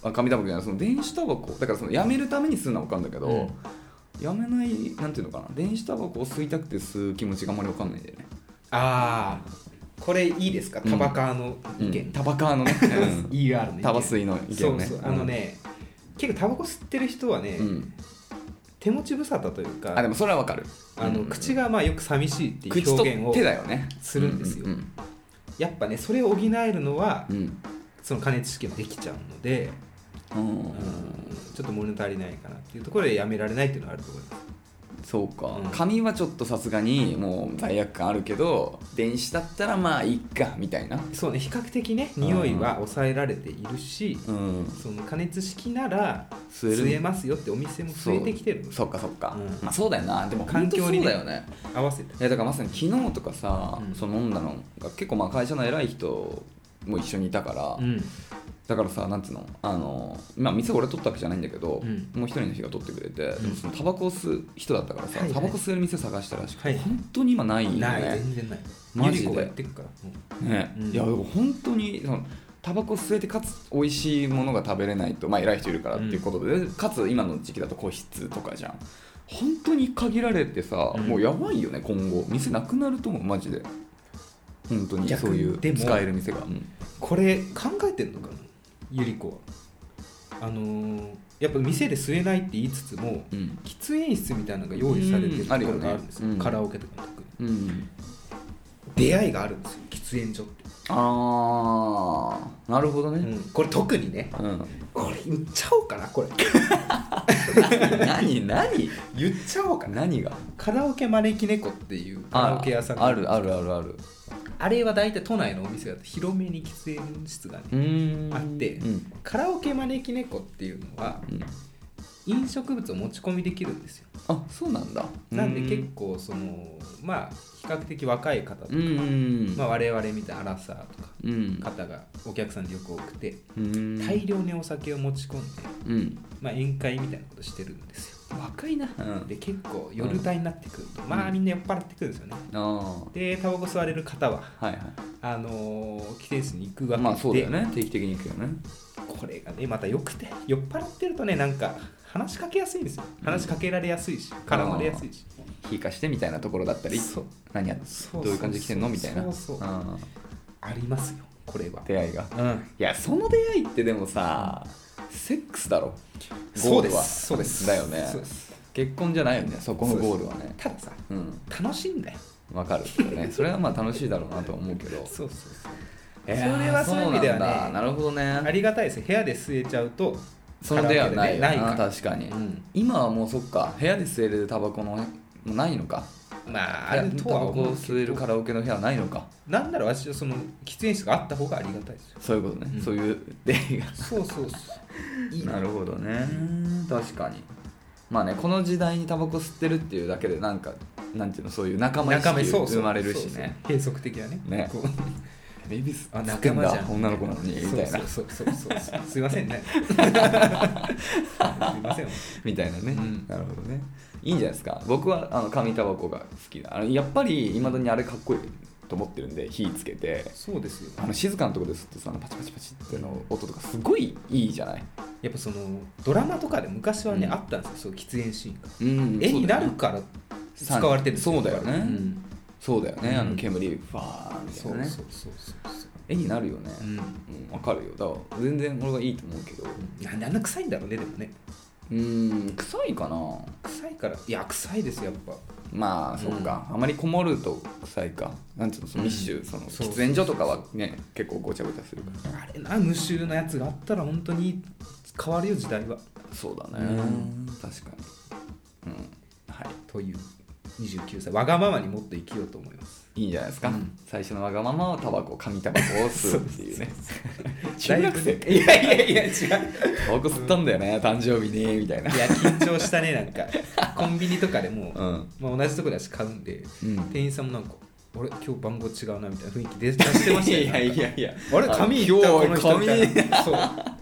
[SPEAKER 2] あ紙タバコじゃないその電子タバコだからそのやめるために吸うのは分かるんだけど、
[SPEAKER 1] うん
[SPEAKER 2] やめないなんていうのかな電子タバコを吸いたくて吸う気持ちがあんまり分かんないんだよね
[SPEAKER 1] ああこれいいですか
[SPEAKER 2] うん
[SPEAKER 1] タバカーの意見、
[SPEAKER 2] うんタバカーのね、うん、
[SPEAKER 1] ER の意見
[SPEAKER 2] タバ吸いの意見ね
[SPEAKER 1] そうそうあの、ね、結構タバコ吸ってる人はね、
[SPEAKER 2] うんうん
[SPEAKER 1] 手持ち無沙汰というか
[SPEAKER 2] あでもそれは分かる
[SPEAKER 1] あの口
[SPEAKER 2] が
[SPEAKER 1] がまあよく寂しいっていう
[SPEAKER 2] 口と
[SPEAKER 1] 表現を
[SPEAKER 2] 手だよね
[SPEAKER 1] するんですよ
[SPEAKER 2] ううん
[SPEAKER 1] やっぱねそれを補えるのは
[SPEAKER 2] うん
[SPEAKER 1] その加熱式もできちゃうので、
[SPEAKER 2] うん
[SPEAKER 1] うん、ちょっと物足りないかなっていうところでやめられないっていうのはあると思います
[SPEAKER 2] そうか、
[SPEAKER 1] うん
[SPEAKER 2] 紙はちょっとさすがにもう罪悪感あるけど電子だったらまあいいかみたいな
[SPEAKER 1] そうね比較的ね匂いは抑えられているし、
[SPEAKER 2] うん
[SPEAKER 1] その加熱式なら
[SPEAKER 2] 吸える
[SPEAKER 1] 吸えますよってお店も増えてきてるの
[SPEAKER 2] そっかそっか、
[SPEAKER 1] うん
[SPEAKER 2] まあそうだよなでも
[SPEAKER 1] 環
[SPEAKER 2] 環境
[SPEAKER 1] 境
[SPEAKER 2] に、
[SPEAKER 1] にね
[SPEAKER 2] そうだよね
[SPEAKER 1] 合わせて
[SPEAKER 2] いやだからまさに昨日とかさ、
[SPEAKER 1] うん
[SPEAKER 2] その飲んだのが結構まあ会社の偉い人も一緒にいたから、
[SPEAKER 1] うん
[SPEAKER 2] だからさなんつうのあのまあ店俺取ったわけじゃないんだけど、
[SPEAKER 1] うん
[SPEAKER 2] もう一人の人が取ってくれて、
[SPEAKER 1] ん
[SPEAKER 2] でもそのタバコを吸う人だったから
[SPEAKER 1] は
[SPEAKER 2] さ、
[SPEAKER 1] いはい
[SPEAKER 2] タバコ吸える店探したらしくて、
[SPEAKER 1] はい
[SPEAKER 2] 本当に今ないよね
[SPEAKER 1] ない全然ない
[SPEAKER 2] マジ
[SPEAKER 1] ゆ
[SPEAKER 2] で
[SPEAKER 1] り子がやってくから、
[SPEAKER 2] ね、
[SPEAKER 1] うん
[SPEAKER 2] いやでも本当にそのタバコ吸えてかつ美味しいものが食べれないとまあ偉い人いるからっていうことで、かつ今の時期だと個室とかじゃん本当に限られてさ、
[SPEAKER 1] うん
[SPEAKER 2] もうやばいよね今後店なくなると思うマジで本当に
[SPEAKER 1] 逆
[SPEAKER 2] そう
[SPEAKER 1] に
[SPEAKER 2] いう
[SPEAKER 1] でも
[SPEAKER 2] 使える店が、うん
[SPEAKER 1] これ考えてんのかなゆり子はあのーやっぱ店で吸えないって言いつつも
[SPEAKER 2] うん
[SPEAKER 1] 喫煙室みたいなのが用意されてる
[SPEAKER 2] う
[SPEAKER 1] と
[SPEAKER 2] ん
[SPEAKER 1] ころがあ
[SPEAKER 2] あるよね
[SPEAKER 1] るんですよ、
[SPEAKER 2] うん
[SPEAKER 1] カラオケとかの特に
[SPEAKER 2] うん、
[SPEAKER 1] 出会いがあるんですよ喫煙所って、
[SPEAKER 2] ああなるほど
[SPEAKER 1] う
[SPEAKER 2] ね、
[SPEAKER 1] ん、これ特にね
[SPEAKER 2] うん [laughs]
[SPEAKER 1] これ言っちゃおうかなこれ
[SPEAKER 2] 何何
[SPEAKER 1] 言っちゃおうかな
[SPEAKER 2] 何が
[SPEAKER 1] カラオケ招き猫っていうカラオケ屋さんが
[SPEAKER 2] あるあるあるある
[SPEAKER 1] あれは大体都内のお店だと広めに喫煙室がね、
[SPEAKER 2] うーん
[SPEAKER 1] あって
[SPEAKER 2] うん
[SPEAKER 1] カラオケ招き猫っていうのは
[SPEAKER 2] うん、
[SPEAKER 1] 飲食物を持ち込みできるんですよ
[SPEAKER 2] あそうなんだ
[SPEAKER 1] なんで
[SPEAKER 2] う
[SPEAKER 1] 結構そのまあ比較的若い方とか、
[SPEAKER 2] うん、
[SPEAKER 1] まあ、我々みたいなアラサーとか
[SPEAKER 2] うん
[SPEAKER 1] 方がお客さんでよく多くて
[SPEAKER 2] うん
[SPEAKER 1] 大量にお酒を持ち込んで、
[SPEAKER 2] うん
[SPEAKER 1] まあ、宴会みたいなことしてるんですよ
[SPEAKER 2] 若いな、うん、
[SPEAKER 1] で結構夜帯になってくると、まあみんな酔っ払ってくるんですよね
[SPEAKER 2] ああ
[SPEAKER 1] でタバコ吸われる方は
[SPEAKER 2] はいは
[SPEAKER 1] あのー、喫煙室に行くわけで、
[SPEAKER 2] いまあそうだよね定期的に行くよね
[SPEAKER 1] これがねまたよくて酔っ払ってるとねなんか話しかけやすいんですよ話しかけられやすいし、絡まれやすいし
[SPEAKER 2] 非化してみたいなところだったり
[SPEAKER 1] そう
[SPEAKER 2] 何や
[SPEAKER 1] そうそうそう
[SPEAKER 2] どういう感じで来てんのみたいな
[SPEAKER 1] そうそう
[SPEAKER 2] あ
[SPEAKER 1] ありますよこれは
[SPEAKER 2] ー出会いが
[SPEAKER 1] うん
[SPEAKER 2] いやその出会いってでもさセックスだろ
[SPEAKER 1] そうで
[SPEAKER 2] ゴールは
[SPEAKER 1] すそうです
[SPEAKER 2] だよね
[SPEAKER 1] そうです
[SPEAKER 2] 結婚じゃないよねそこのゴールはね
[SPEAKER 1] たださ
[SPEAKER 2] うん
[SPEAKER 1] 楽しいんだよ
[SPEAKER 2] わかるけどねそれはまあ楽しいだろうなとは思うけど
[SPEAKER 1] そうそうそう
[SPEAKER 2] いやー
[SPEAKER 1] それはそういう意味ではね
[SPEAKER 2] そうなんだなるほど
[SPEAKER 1] あ
[SPEAKER 2] ね
[SPEAKER 1] りがたいです部屋で吸えちゃうと
[SPEAKER 2] その出会いはないよ
[SPEAKER 1] カラオケでね
[SPEAKER 2] な
[SPEAKER 1] ないから
[SPEAKER 2] 確かに、
[SPEAKER 1] うん
[SPEAKER 2] 今はもうそっか部屋で吸えるタバコのもうないのか
[SPEAKER 1] まあ
[SPEAKER 2] あ
[SPEAKER 1] あ
[SPEAKER 2] れ
[SPEAKER 1] るとは
[SPEAKER 2] タバコ
[SPEAKER 1] 思うけ
[SPEAKER 2] を吸える
[SPEAKER 1] ど
[SPEAKER 2] カラオケの部屋はないのか
[SPEAKER 1] なんなら私はその喫煙室があった方がありがたいですよ
[SPEAKER 2] そういうことね、
[SPEAKER 1] うん
[SPEAKER 2] そういう出会いが
[SPEAKER 1] そうそうそういい
[SPEAKER 2] なるほどね確かにまあねこの時代にタバコ吸ってるっていうだけでなんかなんていうのそういう仲間意
[SPEAKER 1] 仲間
[SPEAKER 2] 識
[SPEAKER 1] そうそう
[SPEAKER 2] 生まれるしね
[SPEAKER 1] そうそう閉塞的なね
[SPEAKER 2] ね
[SPEAKER 1] こう
[SPEAKER 2] ベイビス
[SPEAKER 1] あ
[SPEAKER 2] 吸って
[SPEAKER 1] 仲
[SPEAKER 2] ん
[SPEAKER 1] 間じゃ
[SPEAKER 2] だ
[SPEAKER 1] ん
[SPEAKER 2] 女の子なのにみたいな [laughs]
[SPEAKER 1] そうそうそうそうそうすいませんねすいません
[SPEAKER 2] みたいなね、
[SPEAKER 1] うん
[SPEAKER 2] なるほどねいいんじゃないですか僕はあの紙タバコが好きだあのやっぱりいまだにあれかっこいいと思ってるんで火つけて
[SPEAKER 1] そうですよ
[SPEAKER 2] あの静かなところで吸ってさあのパチパチパチっての音とかすごいいいじゃない、
[SPEAKER 1] やっぱそのドラマとかで昔はね、
[SPEAKER 2] うん
[SPEAKER 1] あったんですよそういう喫煙シーンが、
[SPEAKER 2] うん
[SPEAKER 1] 絵になるから使われてるんです
[SPEAKER 2] そうだよね
[SPEAKER 1] うん
[SPEAKER 2] そうだよね、
[SPEAKER 1] うん
[SPEAKER 2] あの煙ファーみた
[SPEAKER 1] そ
[SPEAKER 2] いうなね
[SPEAKER 1] そうそうそうそう
[SPEAKER 2] 絵になるよね、
[SPEAKER 1] うん、
[SPEAKER 2] うん、わかるよだから全然俺はいいと思うけど
[SPEAKER 1] なんであんな臭いんだろうねでもね
[SPEAKER 2] うん臭いかな
[SPEAKER 1] 臭いからいや臭いですよやっぱ
[SPEAKER 2] まあそっか、あまりこもると臭いかなんつうのその
[SPEAKER 1] うん
[SPEAKER 2] 密集、その
[SPEAKER 1] そうそうそう
[SPEAKER 2] 喫煙所とかはね結構ごちゃごちゃするから
[SPEAKER 1] あれな無臭なやつがあったら本当に変わるよ時代は
[SPEAKER 2] そうだ
[SPEAKER 1] う
[SPEAKER 2] 確か
[SPEAKER 1] ん
[SPEAKER 2] にうんは
[SPEAKER 1] という29歳わがままにもっと生きようと思います
[SPEAKER 2] いいいんじゃないですか、
[SPEAKER 1] うん
[SPEAKER 2] 最初のわがままはタバコ紙タバコを吸うっていうね中学生
[SPEAKER 1] だいぶいやいやいや違う
[SPEAKER 2] タバコ吸ったんだよね、誕生日にみたいない
[SPEAKER 1] や緊張したねなん [laughs] かコンビニとかでも、
[SPEAKER 2] うん
[SPEAKER 1] まあ、同じとこだし買うんで
[SPEAKER 2] うん
[SPEAKER 1] 店員さんもなんかあれ今日番号違うなみたいな雰囲気出出してましたよ
[SPEAKER 2] いやいやいや
[SPEAKER 1] あれ紙いった
[SPEAKER 2] あの
[SPEAKER 1] この人み
[SPEAKER 2] 今
[SPEAKER 1] た
[SPEAKER 2] 日
[SPEAKER 1] いなそうあ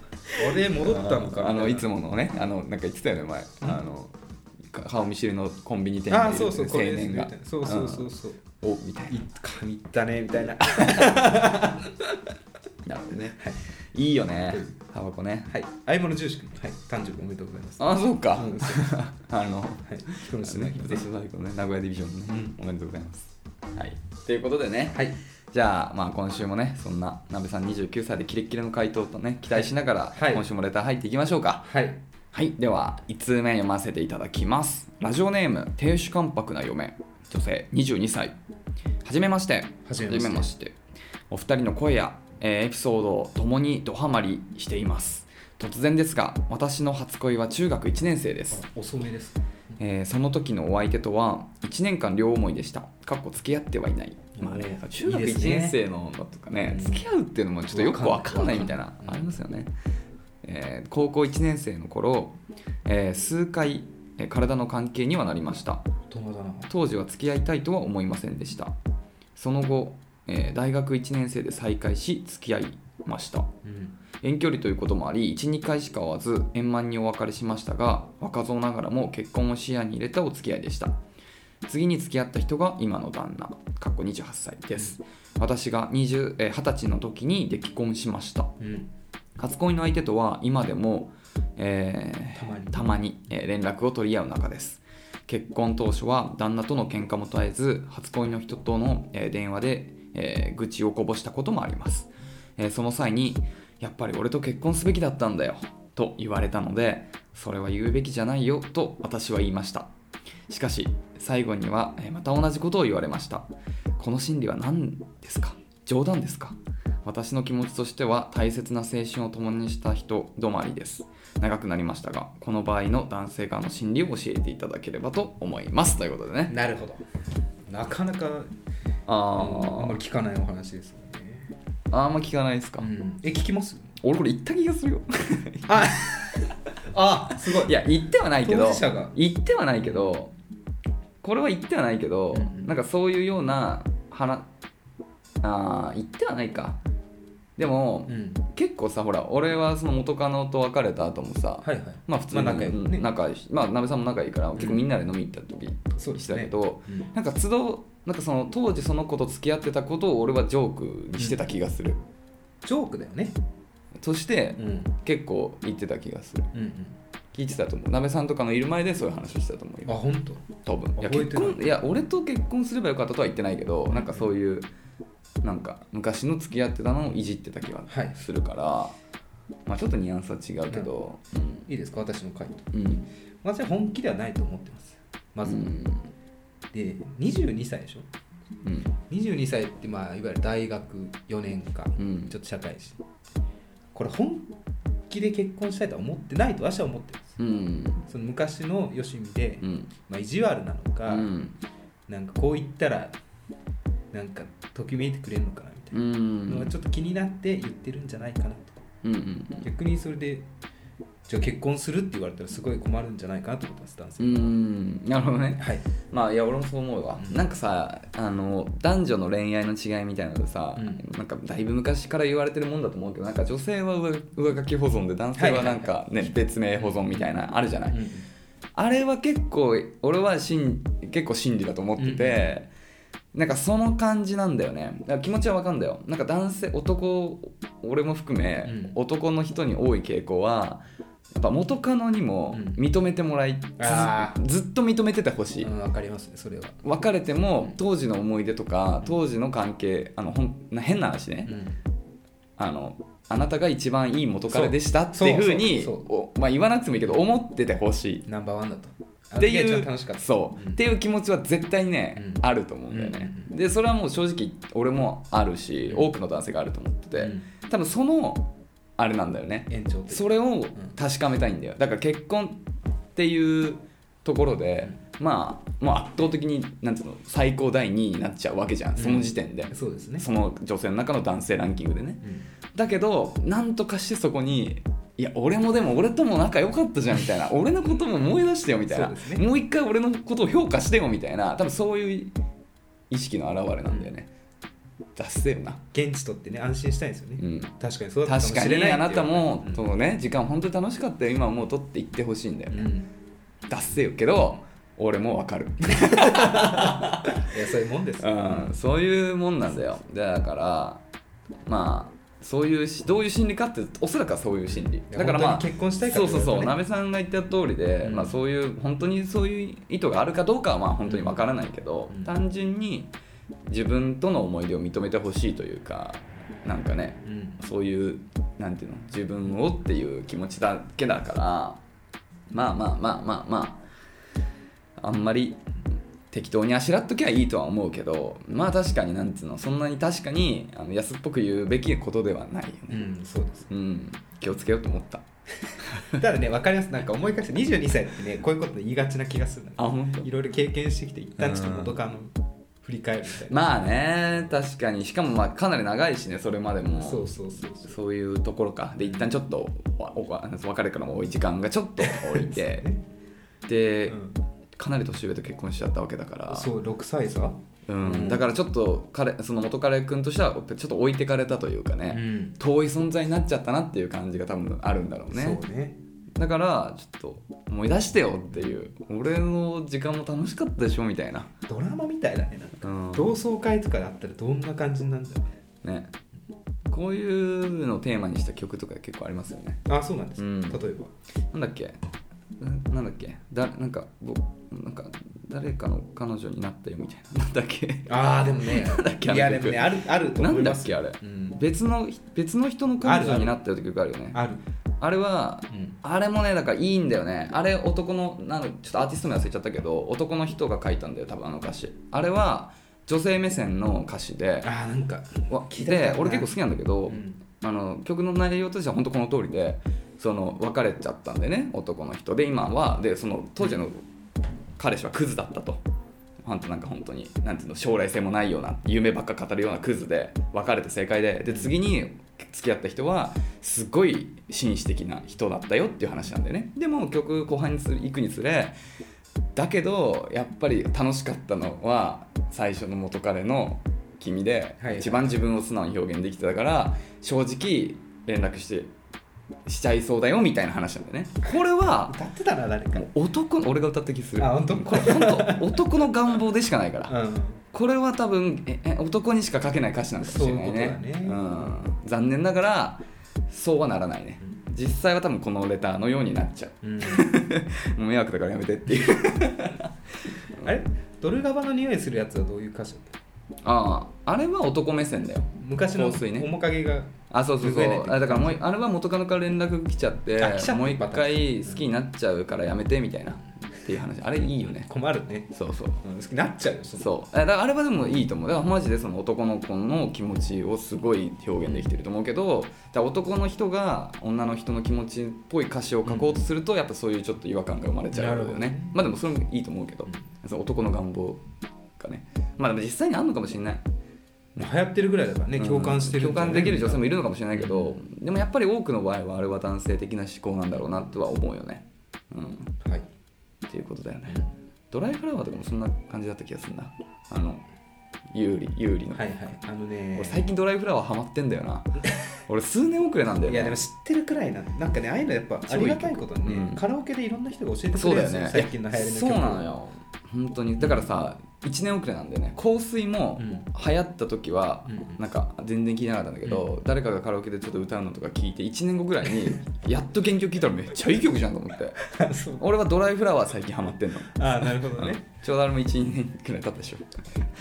[SPEAKER 1] れ戻ったのかみたな
[SPEAKER 2] あのいつものねあのなんか言ってたよね前、あのか顔見知りのコンビニ店員
[SPEAKER 1] ああ
[SPEAKER 2] がいる
[SPEAKER 1] そうそう
[SPEAKER 2] 青
[SPEAKER 1] これです
[SPEAKER 2] 年
[SPEAKER 1] みたいな
[SPEAKER 2] が
[SPEAKER 1] そうそうそうそう
[SPEAKER 2] うんおみたい
[SPEAKER 1] い紙いったねみたいな
[SPEAKER 2] ななるほどね、い、いよね
[SPEAKER 1] うん
[SPEAKER 2] タバコね
[SPEAKER 1] はい相物住職はい誕生日おめでとうございます
[SPEAKER 2] あそうか、
[SPEAKER 1] うん
[SPEAKER 2] [laughs] あの
[SPEAKER 1] はい彦野
[SPEAKER 2] 私
[SPEAKER 1] さん
[SPEAKER 2] の
[SPEAKER 1] ね
[SPEAKER 2] ね名古屋ディビジョンのね、おめでとうございますはいということでね、
[SPEAKER 1] はい
[SPEAKER 2] じゃあまあ今週もねそんななべさん29歳でキレッキレの回答とね期待しながら、
[SPEAKER 1] はい
[SPEAKER 2] 今週もレター入っていきましょうか
[SPEAKER 1] はい
[SPEAKER 2] はい、では1通目読ませていただきますラジオネーム亭主関白な嫁女性22歳はじめまして
[SPEAKER 1] はじめまして
[SPEAKER 2] はてお二人の声や、えーエピソードを共にドハマりしています突然ですが私の初恋は中学1年生です
[SPEAKER 1] 遅めです
[SPEAKER 2] えーその時のお相手とは1年間両思いでしたかっこ付き合ってはいない、まあね
[SPEAKER 1] おー、
[SPEAKER 2] 中学
[SPEAKER 1] いいで
[SPEAKER 2] 1
[SPEAKER 1] すね
[SPEAKER 2] 年生のだとかね
[SPEAKER 1] うん
[SPEAKER 2] 付き合うっていうのもちょっとよくわかんないみたいな
[SPEAKER 1] わかんない
[SPEAKER 2] ありますよね、えー高校1年生の頃、えー数回えー体の関係にはなりました
[SPEAKER 1] 大人だな
[SPEAKER 2] 当時は付き合いたいとは思いませんでしたその後、えー大学1年生で再会し付き合いました
[SPEAKER 1] うん
[SPEAKER 2] 遠距離ということもあり12回しか会わず円満にお別れしましたが若造ながらも結婚を視野に入れたお付き合いでした次に付き合った人が今の旦那かっこ28歳です私が20えー20歳の時に出来婚しました
[SPEAKER 1] うん
[SPEAKER 2] 初恋の相手とは今でも、えー
[SPEAKER 1] たまに
[SPEAKER 2] たまにえー連絡を取り合う仲です結婚当初は旦那との喧嘩も絶えず初恋の人とのえー電話でえー愚痴をこぼしたこともありますえーその際にやっぱり俺と結婚すべきだったんだよと言われたのでそれは言うべきじゃないよと私は言いましたしかし最後にはえーまた同じことを言われましたこの心理は何ですか冗談ですか私の気持ちとしては大切な青春を共にした人止まりです長くなりましたがこの場合の男性側の心理を教えていただければと思いますということでね
[SPEAKER 1] なるほどなかなかあ
[SPEAKER 2] あ
[SPEAKER 1] んま
[SPEAKER 2] ー
[SPEAKER 1] り聞かないお話ですよね
[SPEAKER 2] あんま聞かないですか、
[SPEAKER 1] うんえ聞きます
[SPEAKER 2] 俺これ言った気
[SPEAKER 1] [laughs]
[SPEAKER 2] がするよ
[SPEAKER 1] ああすごい
[SPEAKER 2] いや言ってはないけ
[SPEAKER 1] 当
[SPEAKER 2] ど
[SPEAKER 1] 事者が
[SPEAKER 2] 言ってはないけどこれは言ってはないけど、
[SPEAKER 1] うんうん
[SPEAKER 2] なんかそういうような話あー言ってはないかでも、
[SPEAKER 1] うん
[SPEAKER 2] 結構さほら俺はその元カノと別れた後もさ、
[SPEAKER 1] はいはい
[SPEAKER 2] まあ普通に
[SPEAKER 1] まあ仲良くね
[SPEAKER 2] 仲良いしまあ鍋さんも仲いいから結構みんなで飲み行った時
[SPEAKER 1] そうで
[SPEAKER 2] し
[SPEAKER 1] す
[SPEAKER 2] た
[SPEAKER 1] ね
[SPEAKER 2] けど、
[SPEAKER 1] うん
[SPEAKER 2] なんか都度なんかその当時その子と付き合ってたことを俺はジョークにしてた気がする、
[SPEAKER 1] ジョークだよね
[SPEAKER 2] そして
[SPEAKER 1] うんうん
[SPEAKER 2] 結構言ってた気がする
[SPEAKER 1] うん
[SPEAKER 2] 聞いてたと思う鍋さんとかのいる前でそういう話をしてたと思う
[SPEAKER 1] あ
[SPEAKER 2] よ
[SPEAKER 1] 本当
[SPEAKER 2] 多分いや
[SPEAKER 1] 覚え
[SPEAKER 2] 結
[SPEAKER 1] てない
[SPEAKER 2] 婚いや俺と結婚すればよかったとは言ってないけどなんかそういうなんか昔の付き合ってたのをいじってた気が
[SPEAKER 1] はい
[SPEAKER 2] するから、まあちょっとニュアンスは違うけどうん
[SPEAKER 1] いいですか私の回答
[SPEAKER 2] うん
[SPEAKER 1] 私は本気ではないと思ってますま
[SPEAKER 2] う
[SPEAKER 1] ず、
[SPEAKER 2] ん
[SPEAKER 1] で22歳でしょ
[SPEAKER 2] うん
[SPEAKER 1] 22歳ってまあいわゆる大学4年間、
[SPEAKER 2] うん
[SPEAKER 1] ちょっと社会人これ本気で結婚したいとは思ってないと私は思ってます
[SPEAKER 2] うん
[SPEAKER 1] その昔のよしみで、
[SPEAKER 2] うん
[SPEAKER 1] まあ、意地悪なのか、
[SPEAKER 2] うん
[SPEAKER 1] なんかこう言ったらなんかときめいてくれるのかなみた
[SPEAKER 2] う
[SPEAKER 1] い
[SPEAKER 2] ん
[SPEAKER 1] なのがちょっと気になって言ってるんじゃないかなと
[SPEAKER 2] うんうん
[SPEAKER 1] 逆にそれでじゃあ結婚するって言われたらすごい困るんじゃないかなと思ったんです男性
[SPEAKER 2] う、んなるほどね
[SPEAKER 1] はい、
[SPEAKER 2] まあいや俺もそう思うわ、
[SPEAKER 1] うん
[SPEAKER 2] なんかさあの男女の恋愛の違いみたいなのでさ、
[SPEAKER 1] うん
[SPEAKER 2] なんかだいぶ昔から言われてるもんだと思うけどなんか女性は上上書き保存で男性はなんかね、別名保存みたいなあるじゃない、
[SPEAKER 1] うん
[SPEAKER 2] あれは結構俺はしん結構真理だと思ってて、なんかその感じなんだよねだから気持ちはわかんだよなんか男性男俺も含め、
[SPEAKER 1] うん
[SPEAKER 2] 男の人に多い傾向はやっぱ元カノにも
[SPEAKER 1] うん
[SPEAKER 2] 認めてもらい、
[SPEAKER 1] あー
[SPEAKER 2] ずずっと認めててほしい、
[SPEAKER 1] うん、分かりますねそれは、
[SPEAKER 2] 別れても当時の思い出とか当時の関係あのほん変な話ね、
[SPEAKER 1] うん
[SPEAKER 2] あのあなたが一番いい元彼でしたっていうふうに
[SPEAKER 1] そうそう
[SPEAKER 2] おまあ、言わなくてもいいけど思っててほしい
[SPEAKER 1] ナンバーワンだと
[SPEAKER 2] ってい
[SPEAKER 1] あの時が一
[SPEAKER 2] う
[SPEAKER 1] 番楽しかった
[SPEAKER 2] そう、
[SPEAKER 1] うん
[SPEAKER 2] っていう気持ちは絶対ね、
[SPEAKER 1] うん
[SPEAKER 2] あると思うんだよね、
[SPEAKER 1] うん
[SPEAKER 2] でそれはもう正直俺もあるし、
[SPEAKER 1] うん
[SPEAKER 2] 多くの男性があると思ってて、
[SPEAKER 1] うん
[SPEAKER 2] 多分そのあれなんだよね
[SPEAKER 1] 延長というか
[SPEAKER 2] それを確かめたいんだよだから結婚っていうところで、まあもう圧倒的になんつうの最高第2位になっちゃうわけじゃんその時点で、
[SPEAKER 1] そうですね
[SPEAKER 2] その女性の中の男性ランキングでね
[SPEAKER 1] うん
[SPEAKER 2] だけどなんとかしてそこに「いや俺もでも俺とも仲良かったじゃん」みた
[SPEAKER 1] [laughs]
[SPEAKER 2] いな「俺のことも思い出してよ」みたいな、
[SPEAKER 1] そうですね
[SPEAKER 2] もう一回俺のことを評価してよ」みたいな多分そういう意識の表れなんだよね。出せよな、
[SPEAKER 1] 現地とってね安心したいですよね、
[SPEAKER 2] うん、
[SPEAKER 1] 確かにそうだったかも
[SPEAKER 2] 確か
[SPEAKER 1] しれ
[SPEAKER 2] に
[SPEAKER 1] ない
[SPEAKER 2] あなたも、
[SPEAKER 1] って
[SPEAKER 2] そ
[SPEAKER 1] いう
[SPEAKER 2] のね時間本当に楽しかったよ今はもう取っていってほしいんだよ
[SPEAKER 1] うん
[SPEAKER 2] ね、
[SPEAKER 1] うん
[SPEAKER 2] 出せよけど俺もわかる、
[SPEAKER 1] いやそういうもんです
[SPEAKER 2] う
[SPEAKER 1] よ
[SPEAKER 2] ん、そういうもんなんだよだからまあそういうしどういう心理かっておそらくはそういう心理
[SPEAKER 1] いや
[SPEAKER 2] だからまあ
[SPEAKER 1] 本当に結婚したいか
[SPEAKER 2] そ
[SPEAKER 1] ら
[SPEAKER 2] うそうそう、
[SPEAKER 1] って
[SPEAKER 2] な
[SPEAKER 1] こと
[SPEAKER 2] べさんが言った通りで、
[SPEAKER 1] うん
[SPEAKER 2] まあ、そういう本当にそういう意図があるかどうかはまあ本当にわからないけど、
[SPEAKER 1] うん
[SPEAKER 2] 単純に自分との思い出を認めてほしいというかなんかね
[SPEAKER 1] ね
[SPEAKER 2] そういうなんていうの自分をっていう気持ちだけだからまあまあまあまあまああんまり適当にあしらっときゃいいとは思うけどまあ確かになんていうのそんなに確かにあの安っぽく言うべきことではないよ
[SPEAKER 1] う
[SPEAKER 2] ね、
[SPEAKER 1] ん、うん、そうです
[SPEAKER 2] うん、気をつけようと思った
[SPEAKER 1] ただね分かりますなんか思い返して22歳ってねこういうこと言いがちな気がするのよ
[SPEAKER 2] あ本当
[SPEAKER 1] いろいろ経験してきて一旦ちょっと元カノ振り返るみたいな、
[SPEAKER 2] まあね確かにしかもまあかなり長いしねそれまでも
[SPEAKER 1] そうそうそうそう
[SPEAKER 2] そういうところかで一旦ちょっとおお別れからも多い時間がちょっと置い
[SPEAKER 1] [laughs]
[SPEAKER 2] て
[SPEAKER 1] ね
[SPEAKER 2] で、
[SPEAKER 1] うん
[SPEAKER 2] かなり年上と結婚しちゃったわけだから
[SPEAKER 1] そう6歳差
[SPEAKER 2] うん
[SPEAKER 1] うん
[SPEAKER 2] だからちょっと彼その元彼君としてはちょっと置いてかれたというかね、
[SPEAKER 1] ん
[SPEAKER 2] 遠い存在になっちゃったなっていう感じが多分あるんだろうね
[SPEAKER 1] そうね
[SPEAKER 2] だからちょっと思い出してよっていう俺の時間も楽しかったでしょみたいな、
[SPEAKER 1] ドラマみたいだねなんか
[SPEAKER 2] うん、
[SPEAKER 1] 同窓会とかだったらどんな感じになるんだろうね
[SPEAKER 2] ねこういうのをテーマにした曲とか結構ありますよね
[SPEAKER 1] あそうなんですか、
[SPEAKER 2] うん
[SPEAKER 1] 例えば
[SPEAKER 2] なんだっけななんだっけだなんかぼなんか誰かの彼女になったよみたいな [laughs] なんだっけ
[SPEAKER 1] ああでもね
[SPEAKER 2] んだっけあの曲
[SPEAKER 1] いやでもねあるあると
[SPEAKER 2] な
[SPEAKER 1] 思い
[SPEAKER 2] んだ
[SPEAKER 1] ま
[SPEAKER 2] っ
[SPEAKER 1] す
[SPEAKER 2] け
[SPEAKER 1] よ
[SPEAKER 2] あれ
[SPEAKER 1] うん、
[SPEAKER 2] 別の別の人の彼女になったよって曲あるよねあ
[SPEAKER 1] ある、
[SPEAKER 2] れは
[SPEAKER 1] うん、
[SPEAKER 2] あれもねだからいいんだよねあれ男のなんかちょっとアーティスト名忘れちゃったけど男の人が書いたんだよ多分あの歌詞あれは女性目線の歌詞で
[SPEAKER 1] あーなんか
[SPEAKER 2] わ
[SPEAKER 1] 聞いたことある
[SPEAKER 2] で
[SPEAKER 1] な
[SPEAKER 2] 俺結構好きなんだけど、
[SPEAKER 1] うん
[SPEAKER 2] あの曲の内容としては本当この通りでその別れちゃったんでね男の人で今はでその当時の彼氏はクズだったと。ほんとなんか本当になんていうの将来性もないような夢ばっか語るようなクズで別れて正解でで次に付き合った人はすごい紳士的な人だったよっていう話なんだよねでも曲後半に行くにつれだけどやっぱり楽しかったのは最初の元彼の君で、
[SPEAKER 1] はい
[SPEAKER 2] 一番自分を素直に表現できてたから正直連絡してしちゃいそうだよみたいな話なんだよねこれは
[SPEAKER 1] 歌ってたな誰か
[SPEAKER 2] もう男の俺が歌った気する
[SPEAKER 1] あ本当
[SPEAKER 2] これ本当男の願望でしかないから
[SPEAKER 1] う
[SPEAKER 2] これは多分ええ男にしか書けない歌詞なんかもしれないね
[SPEAKER 1] そういうことだね、
[SPEAKER 2] ん、残念ながらそうはならないね実際は多分このレターのようになっちゃうん [laughs]
[SPEAKER 1] [laughs]
[SPEAKER 2] もう迷惑だからやめてっていう
[SPEAKER 1] あれドルガバの匂いするやつはどういう歌詞だっけ
[SPEAKER 2] あああれは男目線だよ
[SPEAKER 1] 昔の
[SPEAKER 2] 香水ね
[SPEAKER 1] 面影が、
[SPEAKER 2] あそうそうそう
[SPEAKER 1] 拭えないって
[SPEAKER 2] あだからもうあれは元カノから連絡来ちゃって
[SPEAKER 1] あ来ちゃった
[SPEAKER 2] もう一回好きになっちゃうからやめてみたいなっていう話あれいいよね
[SPEAKER 1] 困るね、
[SPEAKER 2] そうそう
[SPEAKER 1] うん、好きになっちゃうよその
[SPEAKER 2] そうえだからあれはでもいいと思うだからマジでその男の子の気持ちをすごい表現できてると思うけどだから男の人が女の人の気持ちっぽい歌詞を書こうとすると、やっぱそういうちょっと違和感が生まれちゃうよ
[SPEAKER 1] なるほど
[SPEAKER 2] ね
[SPEAKER 1] ね
[SPEAKER 2] まあでもそれもいいと思うけど、その男の願望かねまあでも実際にあるのかもしれない
[SPEAKER 1] 流行ってるぐらいだからね、共感してる
[SPEAKER 2] 共感できる女性もい
[SPEAKER 1] る
[SPEAKER 2] るのかもしれないけどでもやっぱり多くの場合はあれは男性的な思考なんだろうなとは思うよねうん
[SPEAKER 1] はい
[SPEAKER 2] っていうことだよねドライフラワーとかもそんな感じだった気がするなあの有利有利の、
[SPEAKER 1] はいはいあのね
[SPEAKER 2] 俺最近ドライフラワーハマってんだよ
[SPEAKER 1] [laughs]
[SPEAKER 2] な俺数年遅れなんだよ、
[SPEAKER 1] い
[SPEAKER 2] ね、
[SPEAKER 1] やでも知ってるくらいななんかねああいうのやっぱありがたいことにね、
[SPEAKER 2] うん
[SPEAKER 1] カラオケでいろんな人が教えてく
[SPEAKER 2] そう
[SPEAKER 1] れる
[SPEAKER 2] だ
[SPEAKER 1] んで
[SPEAKER 2] よ
[SPEAKER 1] すよ
[SPEAKER 2] ね
[SPEAKER 1] 最近の流行りの曲
[SPEAKER 2] いやそうなのよ本当にだからさ1年遅れなんだよね香水も
[SPEAKER 1] うん
[SPEAKER 2] 流行った時は
[SPEAKER 1] うん
[SPEAKER 2] なんか全然聞いてなかったんだけど、誰かがカラオケでちょっと歌うのとか聞いて1年後ぐらい
[SPEAKER 1] [laughs]
[SPEAKER 2] にやっと原曲聞いたらめっちゃいい曲じゃんと思って
[SPEAKER 1] あそう
[SPEAKER 2] 俺はドライフラワー最近ハマってんの、
[SPEAKER 1] [laughs] あなるほどね
[SPEAKER 2] ちょうどあれも12年くらい経ったでしょ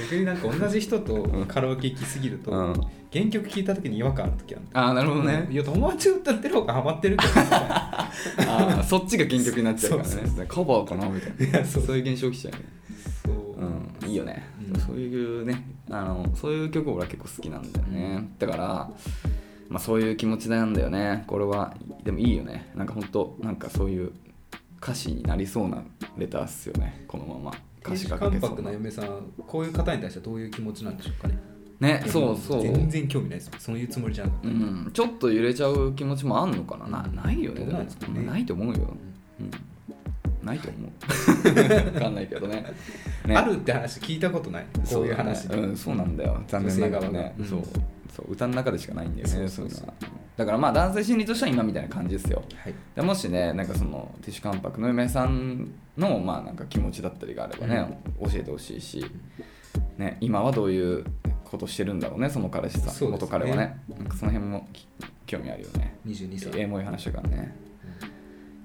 [SPEAKER 1] 逆になんか同じ人とカラオケ行きすぎると、
[SPEAKER 2] うん
[SPEAKER 1] 原曲聴いた時に違和感ある時ある
[SPEAKER 2] ああなるほどね
[SPEAKER 1] いや友達が歌ってる方がハマってるけどみたいな
[SPEAKER 2] [laughs] あーそっちが原曲になっちゃうからね
[SPEAKER 1] そうそう
[SPEAKER 2] カバーかなみたい
[SPEAKER 1] い
[SPEAKER 2] な
[SPEAKER 1] やそう
[SPEAKER 2] そういう現象起きちゃうよね
[SPEAKER 1] そう、
[SPEAKER 2] うん、いいよね、
[SPEAKER 1] うん
[SPEAKER 2] そういうねあのそういう曲俺は結構好きなんだよねだから、まあ、そういう気持ちなんだよねこれはでもいいよねなんか本当なんかそういう歌詞になりそうなレターっすよねこのまま
[SPEAKER 1] 歌
[SPEAKER 2] 歌詞
[SPEAKER 1] 詞
[SPEAKER 2] が
[SPEAKER 1] 関
[SPEAKER 2] 書けそう
[SPEAKER 1] 白な嫁さんこういう方に対してはどういう気持ちなんでしょうかね
[SPEAKER 2] ねそうそう
[SPEAKER 1] 全然興味ないですそういうつもりじゃん
[SPEAKER 2] うん、ちょっと揺れちゃう気持ちもあんのかななないよね
[SPEAKER 1] どうなんですかね
[SPEAKER 2] でもないと思うよ、うん、ないと
[SPEAKER 1] [laughs]
[SPEAKER 2] 思う分かんないけどねね
[SPEAKER 1] あるって話聞いたことないこういう話
[SPEAKER 2] そう,、うん、そうなんだよ残念ながらね、
[SPEAKER 1] 女性
[SPEAKER 2] そ
[SPEAKER 1] 側
[SPEAKER 2] う
[SPEAKER 1] が
[SPEAKER 2] そう歌の中でしかないんだよね
[SPEAKER 1] そう
[SPEAKER 2] そ
[SPEAKER 1] そうう
[SPEAKER 2] い
[SPEAKER 1] そうう
[SPEAKER 2] のはだからまあ男性心理としては今みたいな感じですよ
[SPEAKER 1] はい
[SPEAKER 2] でもしねなんかそのティッシュ関白の嫁さんのまあなんか気持ちだったりがあればね、教えてほしいし、ね、今はどういうことしてるんだろうねその彼氏さ
[SPEAKER 1] そ
[SPEAKER 2] ん、
[SPEAKER 1] うです
[SPEAKER 2] 元
[SPEAKER 1] ね
[SPEAKER 2] 彼はねなんかその辺もき興味あるよね
[SPEAKER 1] 22歳、
[SPEAKER 2] エモい話だからね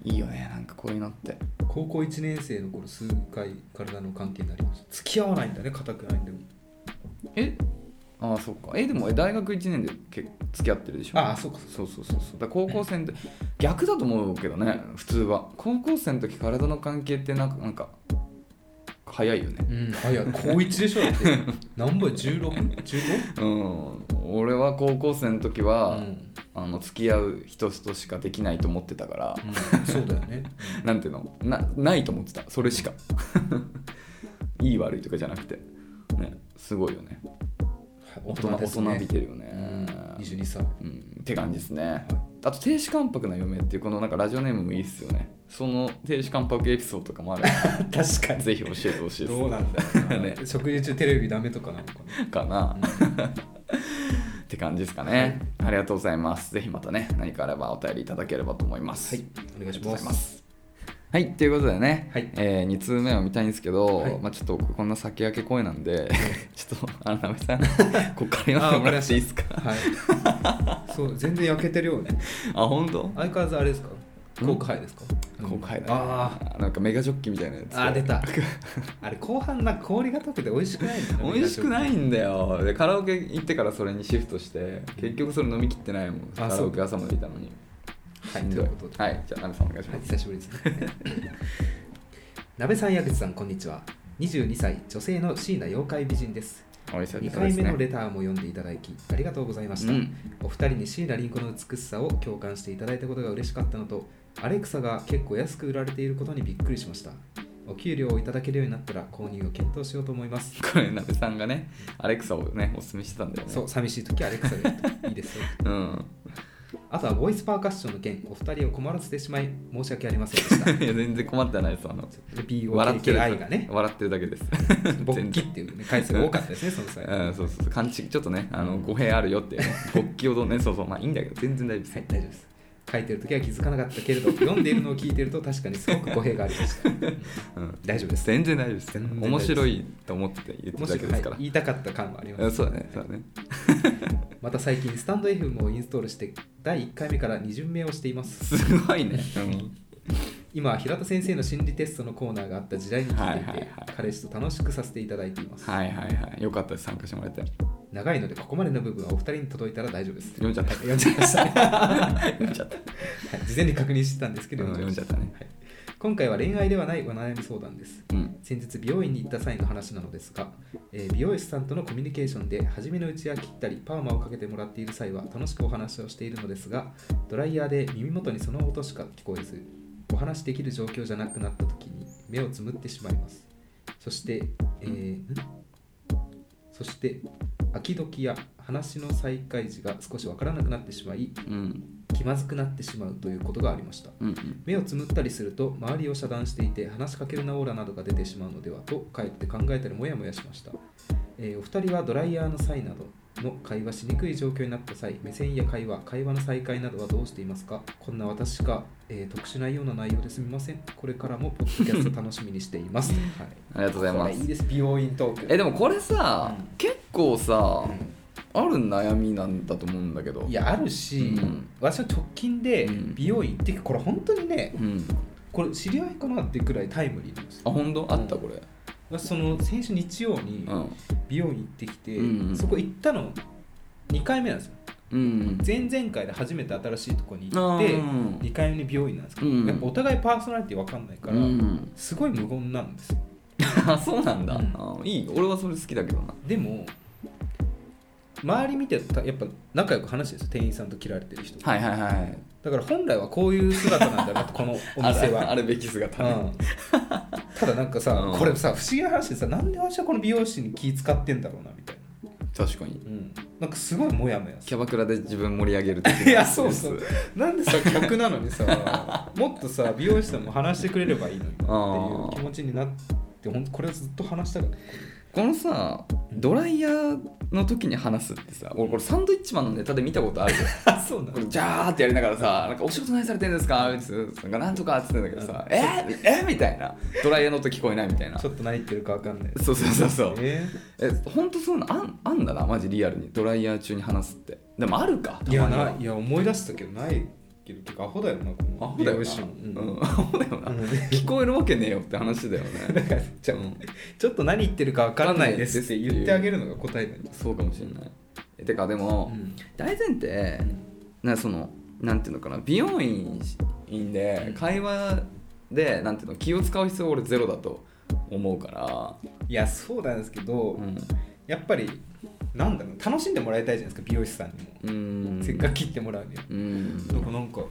[SPEAKER 2] いいよねなんかこういうのって
[SPEAKER 1] 高校1年生の頃数回体の関係になりました付き合わないんだね固くないんでも
[SPEAKER 2] えああそうかえでもえ大学1年で結付き合ってるでしょ
[SPEAKER 1] ああそうかそうか
[SPEAKER 2] そうそうそうそうだから高校生の時逆だと思うけどね普通は高校生の時体の関係ってなんかなんか早いよね
[SPEAKER 1] うんあいや高1でしょだって何倍 16?15?
[SPEAKER 2] うん俺は高校生の時は、
[SPEAKER 1] うん
[SPEAKER 2] あの付き合う人としかできないと思ってたから、
[SPEAKER 1] うんそうだよね
[SPEAKER 2] なんていうのなないと思ってたそれしか [laughs] いい悪いとかじゃなくてねすごいよね [laughs] 大人大人びてるよね、
[SPEAKER 1] うん22歳
[SPEAKER 2] [laughs] うんって感じですねあと亭主関白な嫁っていうこのなんかラジオネームもいいっすよねその亭主関白エピソードと
[SPEAKER 1] [laughs]
[SPEAKER 2] かもあれば
[SPEAKER 1] 確か
[SPEAKER 2] ぜひ教えてほしいです
[SPEAKER 1] どうなんだろう [laughs] な
[SPEAKER 2] ね
[SPEAKER 1] 食事中テレビダメとかなのか
[SPEAKER 2] かな、
[SPEAKER 1] な、うん
[SPEAKER 2] って感じですかねありがとうございますぜひまたね何かあればお便りいただければと思います
[SPEAKER 1] はいお願いし
[SPEAKER 2] ありがとう
[SPEAKER 1] ま
[SPEAKER 2] ござ
[SPEAKER 1] す
[SPEAKER 2] いますはいということでね、
[SPEAKER 1] はい
[SPEAKER 2] え2通目を見たいんですけど、
[SPEAKER 1] はい
[SPEAKER 2] まあ、ちょっとこんな先駆け声なんで [laughs] ちょっとあのなべさ
[SPEAKER 1] [laughs]
[SPEAKER 2] んこっから読んでもらっていいですか
[SPEAKER 1] はいそう全然焼けてるよね
[SPEAKER 2] あ本当
[SPEAKER 1] 相変わらずあれですか後悔ですか
[SPEAKER 2] 公開だ、ね、
[SPEAKER 1] あ
[SPEAKER 2] なんかメガジョッキみたいなやつ
[SPEAKER 1] ああ出たあれ後半なんか氷が溶けて美味しくないんだよね
[SPEAKER 2] [laughs] 美味しくないいんだよでカラオケ行ってからそれにシフトして結局それ飲み切ってないもんカ
[SPEAKER 1] あ
[SPEAKER 2] ラ
[SPEAKER 1] そ
[SPEAKER 2] オ
[SPEAKER 1] う
[SPEAKER 2] ケ朝までいたのに
[SPEAKER 1] はい
[SPEAKER 2] しん
[SPEAKER 1] と
[SPEAKER 2] ど
[SPEAKER 1] いうことで、
[SPEAKER 2] はいじゃあナミさんお願いし
[SPEAKER 1] はい
[SPEAKER 2] ま、す
[SPEAKER 1] 久しぶりですね鍋さん矢口さんこんにちは22歳女性の椎名妖怪美人です
[SPEAKER 2] お久
[SPEAKER 1] 2
[SPEAKER 2] 々で
[SPEAKER 1] 回
[SPEAKER 2] す
[SPEAKER 1] 目のレ
[SPEAKER 2] ね
[SPEAKER 1] ターも読んでいただきありがとうございました、
[SPEAKER 2] うん
[SPEAKER 1] お二人に椎名林檎の美しさを共感していただいたことが嬉しかったのとアレクサが結構安く売られていることにびっくりしましたお給料をいただけるようになったら購入を検討しようと思います
[SPEAKER 2] これナベさんがねアレクサをねおすすめしてたんだよね
[SPEAKER 1] そう寂しい時はアレクサでいいですよ
[SPEAKER 2] うん [laughs]
[SPEAKER 1] あとはボイスパーカッションの件お二人を困らせてしまい申し訳ありませんでした
[SPEAKER 2] いや全然困ってないですあの笑ってる
[SPEAKER 1] BOKKI がね
[SPEAKER 2] 笑ってるだけです
[SPEAKER 1] 勃起っていう、ね、回数が多かったですねその際
[SPEAKER 2] うん、そうそうそう勘違いちょっとねあの語弊あるよっていうね勃起をどうねそう [laughs] そうまあいいんだけど全然大丈
[SPEAKER 1] は
[SPEAKER 2] 夫で
[SPEAKER 1] い、大丈夫です。書いてるときは気づかなかったけれど、読んでいるのを聞いてると確かにすごく語弊がありました。
[SPEAKER 2] す、うん、
[SPEAKER 1] 大丈夫です。
[SPEAKER 2] 全然大丈夫です
[SPEAKER 1] 全然大丈夫
[SPEAKER 2] 面
[SPEAKER 1] です
[SPEAKER 2] 白いと思ってて言って
[SPEAKER 1] も
[SPEAKER 2] るだ
[SPEAKER 1] し、
[SPEAKER 2] けで
[SPEAKER 1] は
[SPEAKER 2] す
[SPEAKER 1] い
[SPEAKER 2] から、
[SPEAKER 1] 言いたかった感はあり
[SPEAKER 2] う
[SPEAKER 1] ま
[SPEAKER 2] ん
[SPEAKER 1] す。
[SPEAKER 2] そうだねそうだね
[SPEAKER 1] また最近、スタンド FM をインストールして、第1回目から2巡目をしています。
[SPEAKER 2] すごいね、うん、
[SPEAKER 1] 今は平田先生の心理テストのコーナーがあった時代に聞いていて、
[SPEAKER 2] はいはいはい
[SPEAKER 1] 彼氏と楽しくさせていただいています。
[SPEAKER 2] はいはいはいよかったです参加してもらえて
[SPEAKER 1] 長いので、ここまでの部分はお二人に届いたら大丈夫です。
[SPEAKER 2] 読
[SPEAKER 1] [laughs]
[SPEAKER 2] んじゃった
[SPEAKER 1] はい読んじゃいました。
[SPEAKER 2] 読んじゃった、
[SPEAKER 1] はい事前に確認してたんですけど、
[SPEAKER 2] うん、読んじゃったね
[SPEAKER 1] はい今回は恋愛ではないお悩み相談です。
[SPEAKER 2] うん
[SPEAKER 1] 先日美容院に行った際の話なのですが、えー美容師さんとのコミュニケーションで初めのうちは切ったりパーマをかけてもらっている際は楽しくお話をしているのですがドライヤーで耳元にその音しか聞こえずお話しできる状況じゃなくなった時に目をつむってしまいますそして、えーんそして秋時や話の再開時が少しわからなくなってしまい
[SPEAKER 2] うん
[SPEAKER 1] 気まずくなってしまうということがありました
[SPEAKER 2] うんうん
[SPEAKER 1] 目をつむったりすると周りを遮断していて話しかけるなオーラなどが出てしまうのではとかえって考えたりもやもやしました、えーお二人はドライヤーの際などの会話しにくい状況になった際目線や会話会話の再開などはどうしていますかこんな私しか、えー特殊なような内容ですみませんこれからもポッドキャスト楽しみにしています、はい、
[SPEAKER 2] ありがとうございま
[SPEAKER 1] これいい
[SPEAKER 2] す
[SPEAKER 1] です美容院トーク
[SPEAKER 2] えでもこれさ、
[SPEAKER 1] うん
[SPEAKER 2] 結構さ、
[SPEAKER 1] う
[SPEAKER 2] ある悩みなんだと思うんだけど
[SPEAKER 1] んいやあるし、
[SPEAKER 2] うん
[SPEAKER 1] 私は直近で
[SPEAKER 2] うん
[SPEAKER 1] 美容院行ってこれ本当にね
[SPEAKER 2] うん
[SPEAKER 1] これ知り合いかなってくらいタイムリーなんですよ
[SPEAKER 2] あ本当あった
[SPEAKER 1] うん
[SPEAKER 2] これ
[SPEAKER 1] 私その先週日曜に
[SPEAKER 2] うん
[SPEAKER 1] 美容院行ってきて、
[SPEAKER 2] うんうん
[SPEAKER 1] そこ行ったの2回目なんですよ
[SPEAKER 2] うん
[SPEAKER 1] 前々回で初めて新しいとこに行
[SPEAKER 2] あ
[SPEAKER 1] って
[SPEAKER 2] ー
[SPEAKER 1] 2回目に美容院なんですけど、
[SPEAKER 2] うんうん
[SPEAKER 1] やっぱお互いパーソナリティ分かんないから、
[SPEAKER 2] うん、
[SPEAKER 1] すごい無言なんですよ
[SPEAKER 2] [laughs] あそうなんだ、
[SPEAKER 1] うん
[SPEAKER 2] あいいよ俺はそれ好きだけどな
[SPEAKER 1] でも周り見てるとやっぱ仲良く話してるんですよ店員さんと切られてる人
[SPEAKER 2] はいはいはい
[SPEAKER 1] だから本来はこういう姿なんだなってこのお店
[SPEAKER 2] [laughs] ある
[SPEAKER 1] は
[SPEAKER 2] あるべき姿
[SPEAKER 1] う
[SPEAKER 2] ね、
[SPEAKER 1] ん、ただなんかさ、
[SPEAKER 2] うん
[SPEAKER 1] これさ不思議な話でさなんで私はこの美容師に気使ってんだろうなみたいな、
[SPEAKER 2] 確かに
[SPEAKER 1] うん、なんかすごいモヤモヤする
[SPEAKER 2] キャバクラで自分盛り上げる
[SPEAKER 1] [laughs]
[SPEAKER 2] 的ない
[SPEAKER 1] やそうそうなんでさ客なのに
[SPEAKER 2] [laughs]
[SPEAKER 1] さもっとさ美容師さんも話してくれればいいのになっていう気持ちになってほんとこれをずっと話したかった
[SPEAKER 2] このさドライヤーの時に話すってさ俺これサンドイッチマンのネタで見たことあるよ
[SPEAKER 1] あそうな
[SPEAKER 2] これジャーってやりながらさ「なんかお仕事何されてるんですか?」みたいな「なんとか」っつってんだけどさ「えー、えーみたいなドライヤーの音聞こえないみたいな
[SPEAKER 1] ちょっと何言ってるか分かんない
[SPEAKER 2] そうそうそうそう
[SPEAKER 1] え
[SPEAKER 2] え本当そういうのあんあんだなマジリアルにドライヤー中に話すってでもあるか
[SPEAKER 1] ーいやないや思い出したけどないけどてかアホだよなこ
[SPEAKER 2] ア
[SPEAKER 1] の
[SPEAKER 2] ホ
[SPEAKER 1] 美
[SPEAKER 2] だよ
[SPEAKER 1] 容
[SPEAKER 2] な
[SPEAKER 1] 師も、うん
[SPEAKER 2] うんアホだよな
[SPEAKER 1] うん
[SPEAKER 2] 聞こえるわけねえよって話だよね
[SPEAKER 1] じゃあ
[SPEAKER 2] うん
[SPEAKER 1] ちょっと何言ってるか分からないですって言ってあげるのが答えだよ、
[SPEAKER 2] そうかもしれないえてかでも、
[SPEAKER 1] うん
[SPEAKER 2] 大前提なそのなんていうのかな美容院で会話でなんていうの気を使う必要は俺ゼロだと思うから、
[SPEAKER 1] いやそうなんですけど、
[SPEAKER 2] うん
[SPEAKER 1] やっぱりなんだろう楽しんでもらいたいじゃないですか美容師さんにも、
[SPEAKER 2] うん、
[SPEAKER 1] せっかく切ってもらうには
[SPEAKER 2] うん
[SPEAKER 1] なんかなんか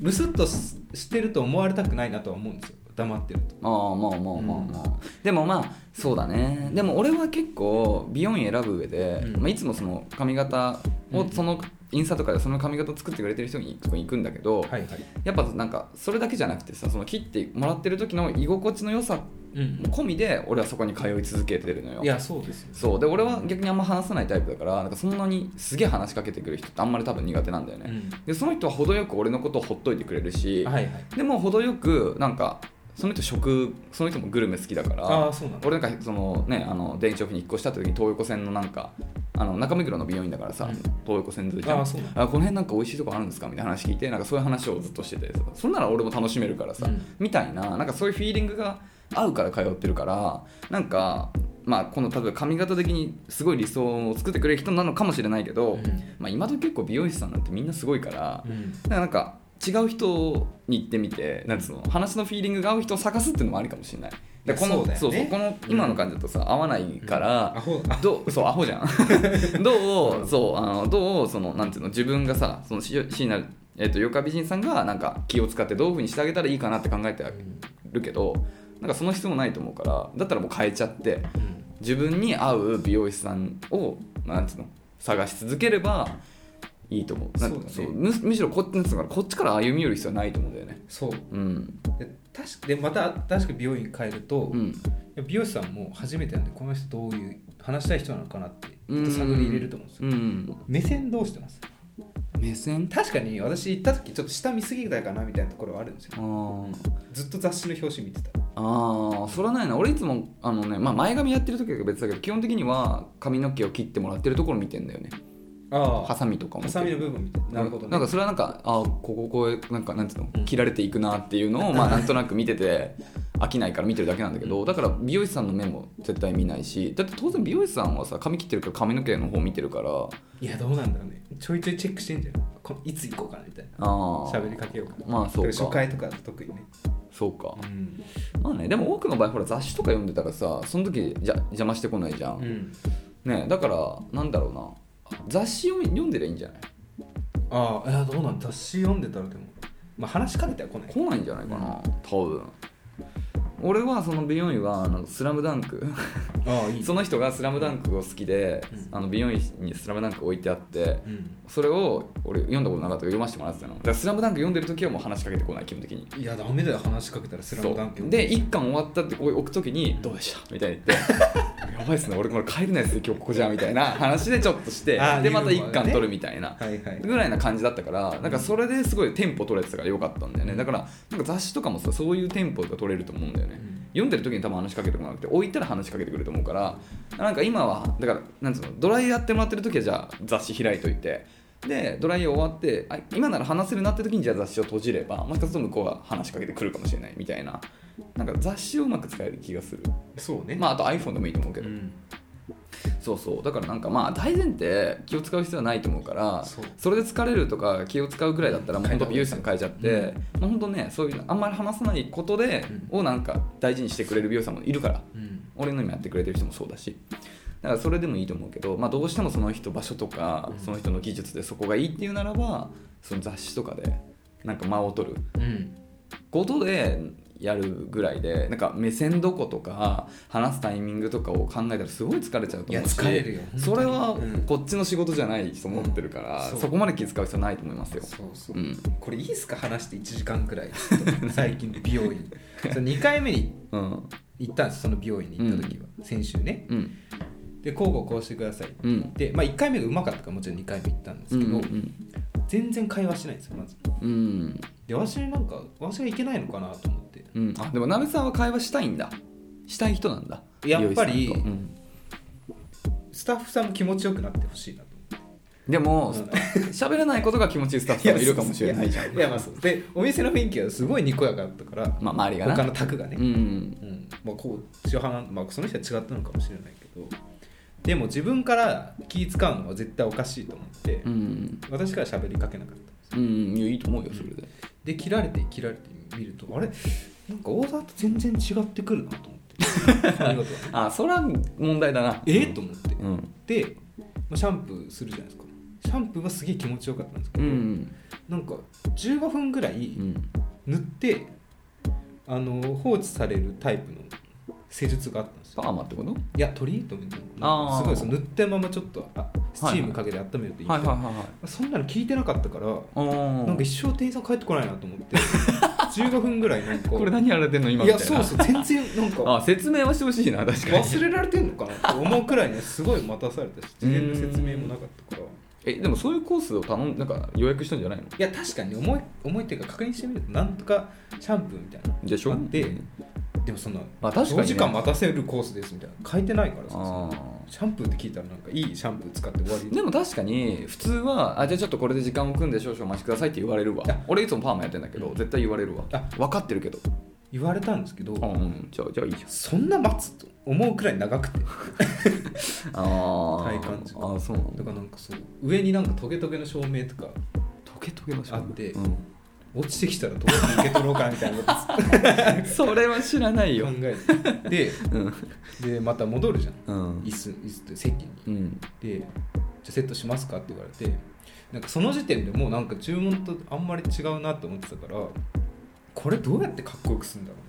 [SPEAKER 1] ブスッとししてると思われたくないなとは思うんですよ黙ってると
[SPEAKER 2] まあまあまあまあまあ、でもまあそうだねでも俺は結構美容院選ぶ上で、
[SPEAKER 1] うん
[SPEAKER 2] まあ、いつもその髪型
[SPEAKER 1] う
[SPEAKER 2] を
[SPEAKER 1] ん
[SPEAKER 2] そのインスタとかでその髪型を作ってくれてる人にとこに行くんだけど、
[SPEAKER 1] いはい、
[SPEAKER 2] やっぱなんかそれだけじゃなくてさその切ってもらってる時の居心地の良さ
[SPEAKER 1] うん
[SPEAKER 2] も、込みで俺はそこに通い続けてるのよ
[SPEAKER 1] いやそうですよ
[SPEAKER 2] そうで俺は逆にあんま話さないタイプだからなんかそんなにすげえ話しかけてくる人ってあんまり多分苦手なんだよね、でその人は程よく俺のことをほっといてくれるし、
[SPEAKER 1] うん、はいはい
[SPEAKER 2] でも程よくなんかその人食その人もグルメ好きだから
[SPEAKER 1] ああーそうなんだ
[SPEAKER 2] 俺なんかそのねあの田園調布に引っ越した時に東横線のなんかあの中目黒の美容院だからさ、
[SPEAKER 1] うん
[SPEAKER 2] 東横線沿いじゃん
[SPEAKER 1] ああそうなんだ
[SPEAKER 2] あこの辺なんか美味しいとこあるんですかみたいな話聞いてなんかそういう話をずっとしててさそんなら俺も楽しめるからさ、
[SPEAKER 1] うん
[SPEAKER 2] みたいななんかそういうフィーリングが合うから通ってるからなんかまあこの例えば髪型的にすごい理想を作ってくれる人なのかもしれないけど、
[SPEAKER 1] うん
[SPEAKER 2] まあ、今時結構美容師さんなんてみんなすごいから、
[SPEAKER 1] うん
[SPEAKER 2] だからなんか違う人に行ってみてなんつうの話のフィーリングが合う人を探すっていうのもありかもしれない。で
[SPEAKER 1] いや
[SPEAKER 2] この
[SPEAKER 1] そうだよね
[SPEAKER 2] そうそうこの今の感じだとさ、合わないから、
[SPEAKER 1] アホあ
[SPEAKER 2] どうそうア
[SPEAKER 1] [laughs]
[SPEAKER 2] ホじゃんどうそうあのどうそのなんていうの自分がさそのししなえっ、とヨカ美人さんがなんか気を使ってどういうふうにしてあげたらいいかなって考えてあげるけどなんかその必要もないと思うからだったらもう変えちゃって
[SPEAKER 1] うん
[SPEAKER 2] 自分に合う美容師さんをなんていうの探し続ければいいと思うなんか
[SPEAKER 1] そうだね
[SPEAKER 2] むむしろこっちなんつうのかなこっちから歩み寄る必要はないと思うんだよね
[SPEAKER 1] そう
[SPEAKER 2] うん
[SPEAKER 1] で確かでまた確か美容院変えると、
[SPEAKER 2] う
[SPEAKER 1] い
[SPEAKER 2] ん
[SPEAKER 1] や美容師さんも初めてなんでこの人どういう話したい人なのかなってずっと探り入れると思うんですよ、
[SPEAKER 2] うん
[SPEAKER 1] 目線どうしてます
[SPEAKER 2] 目線
[SPEAKER 1] 確かに私行った時ちょっと下見すぎたかなみたいなところはあるんですよ
[SPEAKER 2] ああ
[SPEAKER 1] ずっと雑誌の表紙見てた
[SPEAKER 2] ああそれはないな俺いつもあのね、まあ、前髪やってる時は別だけど基本的には髪の毛を切ってもらってるところ見てんだよね
[SPEAKER 1] あ
[SPEAKER 2] ハサミとかも
[SPEAKER 1] ハサミの部分みたいなるほど、ね、
[SPEAKER 2] なんかそれはなんかあーこここうなんかなんていうの、
[SPEAKER 1] うん
[SPEAKER 2] 切られていくなっていう
[SPEAKER 1] [laughs]
[SPEAKER 2] のをまあなんとなく見てて飽きないから見てるだけなんだけどだから美容師さんの目も絶対見ないしだって当然美容師さんはさ髪切ってるから髪の毛の方見てるから
[SPEAKER 1] いやどうなんだろうねちょいちょいチェックしてんじゃんこいつ行こうかなみたいな
[SPEAKER 2] ああ
[SPEAKER 1] 喋りかけようかな
[SPEAKER 2] まあそうか
[SPEAKER 1] 初回とか特にね、
[SPEAKER 2] そうか
[SPEAKER 1] うん
[SPEAKER 2] まあねでも多くの場合ほら雑誌とか読んでたらさその時じゃ邪魔してこないじゃんねだからなんだろうな雑誌読み読んでりゃいいんじゃない
[SPEAKER 1] ああいやどうなん雑誌読んでたらでもまあ話しかけては来ない
[SPEAKER 2] 来ないんじゃないかな多分俺はその美容院はあのスラムダンク
[SPEAKER 1] ああいい
[SPEAKER 2] その人がスラムダンクを好きで、
[SPEAKER 1] うん
[SPEAKER 2] あの美容院にスラムダンク置いてあって
[SPEAKER 1] うん
[SPEAKER 2] それを俺読んだことなかったから読ませてもらってたのだからスラムダンク読んでる時はもう話しかけてこない基本的に
[SPEAKER 1] いやダメだよ話しかけたらスラムダンク
[SPEAKER 2] そうで1巻終わったってこう置く時に「どうでした?」みたいに言って [laughs] 「やばいっすね俺これ帰れないっすね今日ここじゃ」みたいな話でちょっとして
[SPEAKER 1] あー
[SPEAKER 2] でまた
[SPEAKER 1] ユーモア
[SPEAKER 2] 1
[SPEAKER 1] ね
[SPEAKER 2] 巻取るみたいな、
[SPEAKER 1] はいはい
[SPEAKER 2] ぐらいな感じだったからなんかそれですごいテンポ取れてたから良かったんだよねだからなんか雑誌とかもさそういうテンポが取れると思うんだよね、
[SPEAKER 1] うん
[SPEAKER 2] 読んでる時に多分話しかけてこなくて置いたら話しかけてくると思うからなんか今はだからなんつうのドライヤーやってもらってる時はじゃあ雑誌開いといてでドライヤー終わってあ今なら話せるなって時にじゃあ雑誌を閉じればもしかすると向こうは話しかけてくるかもしれないみたいななんか雑誌をうまく使える気がする
[SPEAKER 1] そうね
[SPEAKER 2] まああと iPhone でもいいと思うけ
[SPEAKER 1] う
[SPEAKER 2] ど、
[SPEAKER 1] ん
[SPEAKER 2] そうそうだからなんかまあ大前提気を使う必要はないと思うから
[SPEAKER 1] そ
[SPEAKER 2] そうれで疲れるとか気を使うくらいだったらもう本当美容師さん変えちゃって、まあ、本当ねそういうのあんまり話さないことで、
[SPEAKER 1] う
[SPEAKER 2] をなんか大事にしてくれる美容師さんもいるから
[SPEAKER 1] うん
[SPEAKER 2] 俺の今やってくれてる人もそうだしだからそれでもいいと思うけど、まあ、どうしてもその人場所とか
[SPEAKER 1] うん
[SPEAKER 2] その人の技術でそこがいいっていうならばその雑誌とかでなんか間を取る
[SPEAKER 1] うん
[SPEAKER 2] ことでやるぐらいでなんか目線どことか話すタイミングとかを考えたらすごい疲れちゃうと
[SPEAKER 1] いや
[SPEAKER 2] 思うし
[SPEAKER 1] 疲れるよ本当に
[SPEAKER 2] それは
[SPEAKER 1] うん
[SPEAKER 2] こっちの仕事じゃないと思ってるから、
[SPEAKER 1] そう
[SPEAKER 2] そこまで気遣う必要ないと思いますよ。
[SPEAKER 1] そうそう
[SPEAKER 2] う、ん
[SPEAKER 1] これいいっすか話して1時間くらい [laughs] 最近美容院そ2回目に
[SPEAKER 2] うん
[SPEAKER 1] 行ったんですその美容院に行った時は、先週ね
[SPEAKER 2] うん
[SPEAKER 1] でこうこうこうしてください
[SPEAKER 2] うん
[SPEAKER 1] で、まあ、1回目がうまかったからもちろん2回目行ったんで
[SPEAKER 2] う
[SPEAKER 1] す
[SPEAKER 2] ん
[SPEAKER 1] けど、
[SPEAKER 2] うん
[SPEAKER 1] 全然会話しないんですよまず
[SPEAKER 2] うん
[SPEAKER 1] で私なんか私がいけないのかなと思って
[SPEAKER 2] うんあでもなべさんは会話したいんだしたい人なんだ
[SPEAKER 1] やっぱり
[SPEAKER 2] 美容師さんとうん
[SPEAKER 1] スタッフさんも気持ちよくなってほしいなと思って
[SPEAKER 2] でも
[SPEAKER 1] うん
[SPEAKER 2] 喋らないことが気持ちいいスタッフさんもいるかもしれないじゃん
[SPEAKER 1] いやまあそうでお店の雰囲気はすごいにこやかだったから、
[SPEAKER 2] まあ周りがな
[SPEAKER 1] 他の卓がね、
[SPEAKER 2] うん
[SPEAKER 1] うんまあ、こう塩派なんまあ、その人は違ったのかもしれないけどでも自分から気使うのは絶対おかしいと思って、
[SPEAKER 2] うん
[SPEAKER 1] 私から喋りかけなかったんです
[SPEAKER 2] うんいやいいと思うよそれで
[SPEAKER 1] で切られて切られてみるとあれなんかオーダーと全然違ってくるなと思って
[SPEAKER 2] [laughs]
[SPEAKER 1] 髪型が
[SPEAKER 2] あそれは問題だな
[SPEAKER 1] えっと思って
[SPEAKER 2] うん
[SPEAKER 1] で、まあ、シャンプーするじゃないですかシャンプーはすげえ気持ちよかったんですけ
[SPEAKER 2] う
[SPEAKER 1] ど、
[SPEAKER 2] ん
[SPEAKER 1] なんか15分ぐらい
[SPEAKER 2] うん
[SPEAKER 1] 塗ってあの放置されるタイプの施術があったんですよ
[SPEAKER 2] パーマってこと
[SPEAKER 1] いやトリートメント
[SPEAKER 2] あー
[SPEAKER 1] すごいその塗ったままちょっとあスチームかけて温めるといいみたいな、
[SPEAKER 2] いはい
[SPEAKER 1] そんなの聞いてなかったから
[SPEAKER 2] お
[SPEAKER 1] なんか一生店員さん帰ってこないなと思って
[SPEAKER 2] [laughs]
[SPEAKER 1] 15分ぐらいなんか
[SPEAKER 2] これ何やられてんの今
[SPEAKER 1] い
[SPEAKER 2] みた
[SPEAKER 1] や
[SPEAKER 2] いな
[SPEAKER 1] そうそう全然なんか
[SPEAKER 2] あ説明はしてほしいな確かに
[SPEAKER 1] 忘れられてんのかなって思うくらいねすごい待たされたし事前の説明もなかったからい
[SPEAKER 2] えでもそういうコースを頼んなんか予約したんじゃないの
[SPEAKER 1] や確かに重い重いっていうか確認してみるとなんとかシャンプーみたいな
[SPEAKER 2] でしょ
[SPEAKER 1] あって
[SPEAKER 2] うん
[SPEAKER 1] でもそんな
[SPEAKER 2] まあ確かにね
[SPEAKER 1] 長時間待たせるコースですみたいな書いてないからさ
[SPEAKER 2] あ
[SPEAKER 1] シャンプーって聞いたらなんかいいシャンプー使って終わり
[SPEAKER 2] ーでも確かに普通はあじゃあちょっとこれで時間を組んで少々お待ちくださいって言われるわ
[SPEAKER 1] いや
[SPEAKER 2] 俺いつもパーマやってんだけど絶対言われるわ
[SPEAKER 1] あ
[SPEAKER 2] 分かってるけど
[SPEAKER 1] 言われたんですけど、
[SPEAKER 2] うんうんじゃあじゃあいいじゃん
[SPEAKER 1] そんな待つと思うくらい長くて
[SPEAKER 2] あ
[SPEAKER 1] 体
[SPEAKER 2] あ
[SPEAKER 1] 感値
[SPEAKER 2] ああそうなん
[SPEAKER 1] だ
[SPEAKER 2] だ
[SPEAKER 1] からなんかそう上になんかトゲトゲの照明とか
[SPEAKER 2] トゲトゲの
[SPEAKER 1] あって
[SPEAKER 2] うん
[SPEAKER 1] 落ちてきたらどうやって受け取ろうかみたいなこと考
[SPEAKER 2] [laughs] それは知ら [laughs] ないよ
[SPEAKER 1] えて
[SPEAKER 2] うん
[SPEAKER 1] ででまた戻るじゃん
[SPEAKER 2] うん
[SPEAKER 1] 椅子椅子って席に
[SPEAKER 2] うん
[SPEAKER 1] でじゃあセットしますかって言われてなんかその時点でもうなんか注文とあんまり違うなと思ってたからこれどうやってかっこよくするんだろう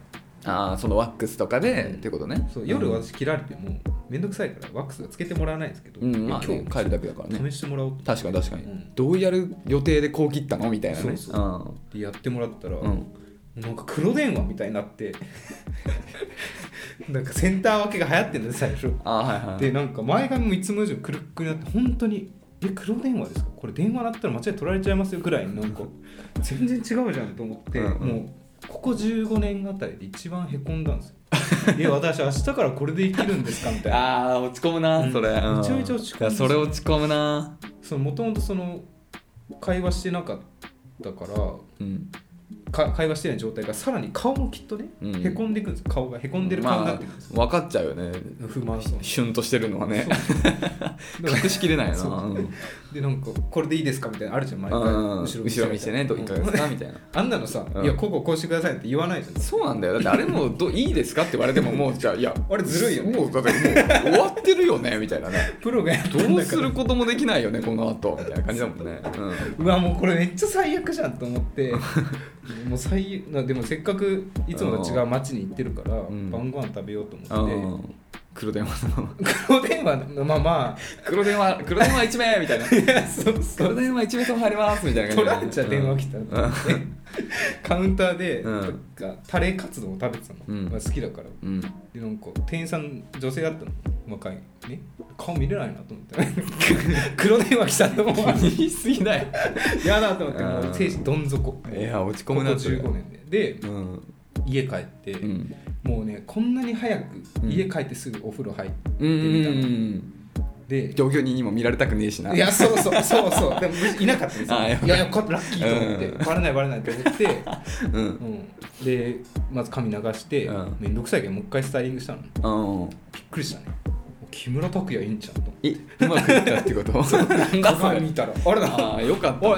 [SPEAKER 2] ああそのワックスとかで、ってことね
[SPEAKER 1] なそう夜
[SPEAKER 2] は
[SPEAKER 1] 私切られても面倒くさいからワックスはつけてもらわないんですけど、
[SPEAKER 2] うんまあ、
[SPEAKER 1] 今
[SPEAKER 2] ね
[SPEAKER 1] 日、
[SPEAKER 2] 帰るだけだからね
[SPEAKER 1] 試してもらおうと思
[SPEAKER 2] 確かに確かに、
[SPEAKER 1] うん
[SPEAKER 2] どうやる予定でこう切ったのみたいなね
[SPEAKER 1] そうそってやってもらったら、
[SPEAKER 2] うんうん
[SPEAKER 1] なんか黒電話みたいになって [laughs] なんかセンター分けが流行ってんだよ最初
[SPEAKER 2] ああはいはい
[SPEAKER 1] でなんか前髪もいつも以上にくるっくるになって本当に「え黒電話ですかこれ電話鳴ったら間違い取られちゃいますよ」ぐらいになんか
[SPEAKER 2] [laughs]
[SPEAKER 1] 全然違うじゃんと思って、
[SPEAKER 2] うんうん
[SPEAKER 1] もうここ15年あたりで一番へこんだんですよ [laughs] え私明日からこれで生きるんですかみたいな
[SPEAKER 2] [laughs] ああ落ち込むな、
[SPEAKER 1] うん
[SPEAKER 2] それ、うん
[SPEAKER 1] めちゃめちゃ落ち込む
[SPEAKER 2] いやそれ落ち込むな
[SPEAKER 1] そのもともとその会話してなかったから
[SPEAKER 2] うん
[SPEAKER 1] か会話してない状態がさらに顔もきっとね、
[SPEAKER 2] うん
[SPEAKER 1] へこんでいくんです顔がへこんでる顔になってくるんですよ、
[SPEAKER 2] まあ、分かっちゃうよね
[SPEAKER 1] 不満そう [laughs]
[SPEAKER 2] シュンとしてるのはね
[SPEAKER 1] そう
[SPEAKER 2] 隠しきれないよな
[SPEAKER 1] そう
[SPEAKER 2] うん
[SPEAKER 1] でなんかこれでいいですかみたいなのあるじゃん毎回
[SPEAKER 2] う
[SPEAKER 1] 後
[SPEAKER 2] ん
[SPEAKER 1] ろ見せ
[SPEAKER 2] 後ろ見せてねどういかがですかみたいな
[SPEAKER 1] あんなのさ、
[SPEAKER 2] うん
[SPEAKER 1] いやこここうしてくださいって言わないじゃん
[SPEAKER 2] そうなんだよだってあれもどういいですかって言われてももうじゃあいや
[SPEAKER 1] あれずるいよね
[SPEAKER 2] もうだってもう終わってるよねみたい
[SPEAKER 1] [laughs]
[SPEAKER 2] なね
[SPEAKER 1] プロがやったんだから
[SPEAKER 2] どうすることもできないよねこの後みたいな感じだもんね、うん
[SPEAKER 1] うわもうこれめっちゃ最悪じゃんと思って [laughs] もう最悪なでもせっかくいつもと違う町に行ってるから、
[SPEAKER 2] ん
[SPEAKER 1] 晩ご飯食べようと
[SPEAKER 2] あ
[SPEAKER 1] 思って、
[SPEAKER 2] の黒電話の
[SPEAKER 1] 黒電話のまあま
[SPEAKER 2] 黒電話黒電話1名みたいな
[SPEAKER 1] あいや [laughs] そうそ
[SPEAKER 2] 黒
[SPEAKER 1] う
[SPEAKER 2] 電話1名様入りますみたいな
[SPEAKER 1] 取ら
[SPEAKER 2] 感
[SPEAKER 1] れ
[SPEAKER 2] じ
[SPEAKER 1] ちゃ電話来たと思って、カウンターで、
[SPEAKER 2] うん
[SPEAKER 1] なんかタレカツ丼を食べてたの、
[SPEAKER 2] うん
[SPEAKER 1] まあ好きだから
[SPEAKER 2] うん
[SPEAKER 1] でなんか店員さん女性だったの若いね顔見れないなと思って [laughs] 黒電話来たのも
[SPEAKER 2] 言い過ぎだよ
[SPEAKER 1] 嫌だと思って
[SPEAKER 2] うん
[SPEAKER 1] もう精神どん底
[SPEAKER 2] いや落ち込
[SPEAKER 1] ここ
[SPEAKER 2] むなそれ
[SPEAKER 1] 15年でで
[SPEAKER 2] うん
[SPEAKER 1] 家帰って、
[SPEAKER 2] うん
[SPEAKER 1] もうねこんなに早く
[SPEAKER 2] うん
[SPEAKER 1] 家帰ってすぐお風呂入って
[SPEAKER 2] うん
[SPEAKER 1] みたの、で
[SPEAKER 2] 同居人にも見られたくねえしない
[SPEAKER 1] やそうそうそうそうでもいなかったんですよ
[SPEAKER 2] [laughs] あよかった
[SPEAKER 1] いやよかったラッキーと思って、
[SPEAKER 2] うん
[SPEAKER 1] バレないバレないと思っ
[SPEAKER 2] [laughs]
[SPEAKER 1] て、
[SPEAKER 2] うん
[SPEAKER 1] うん、でまず髪流して、
[SPEAKER 2] うん
[SPEAKER 1] めんどくさいけどもう一回スタイリングしたのびっ
[SPEAKER 2] うん
[SPEAKER 1] くりしたね木村拓哉いいんちゃんと
[SPEAKER 2] えうまくいったってことなんだ [laughs] そ
[SPEAKER 1] 鏡
[SPEAKER 2] れ
[SPEAKER 1] 見たらあれだ
[SPEAKER 2] ああよかった
[SPEAKER 1] おい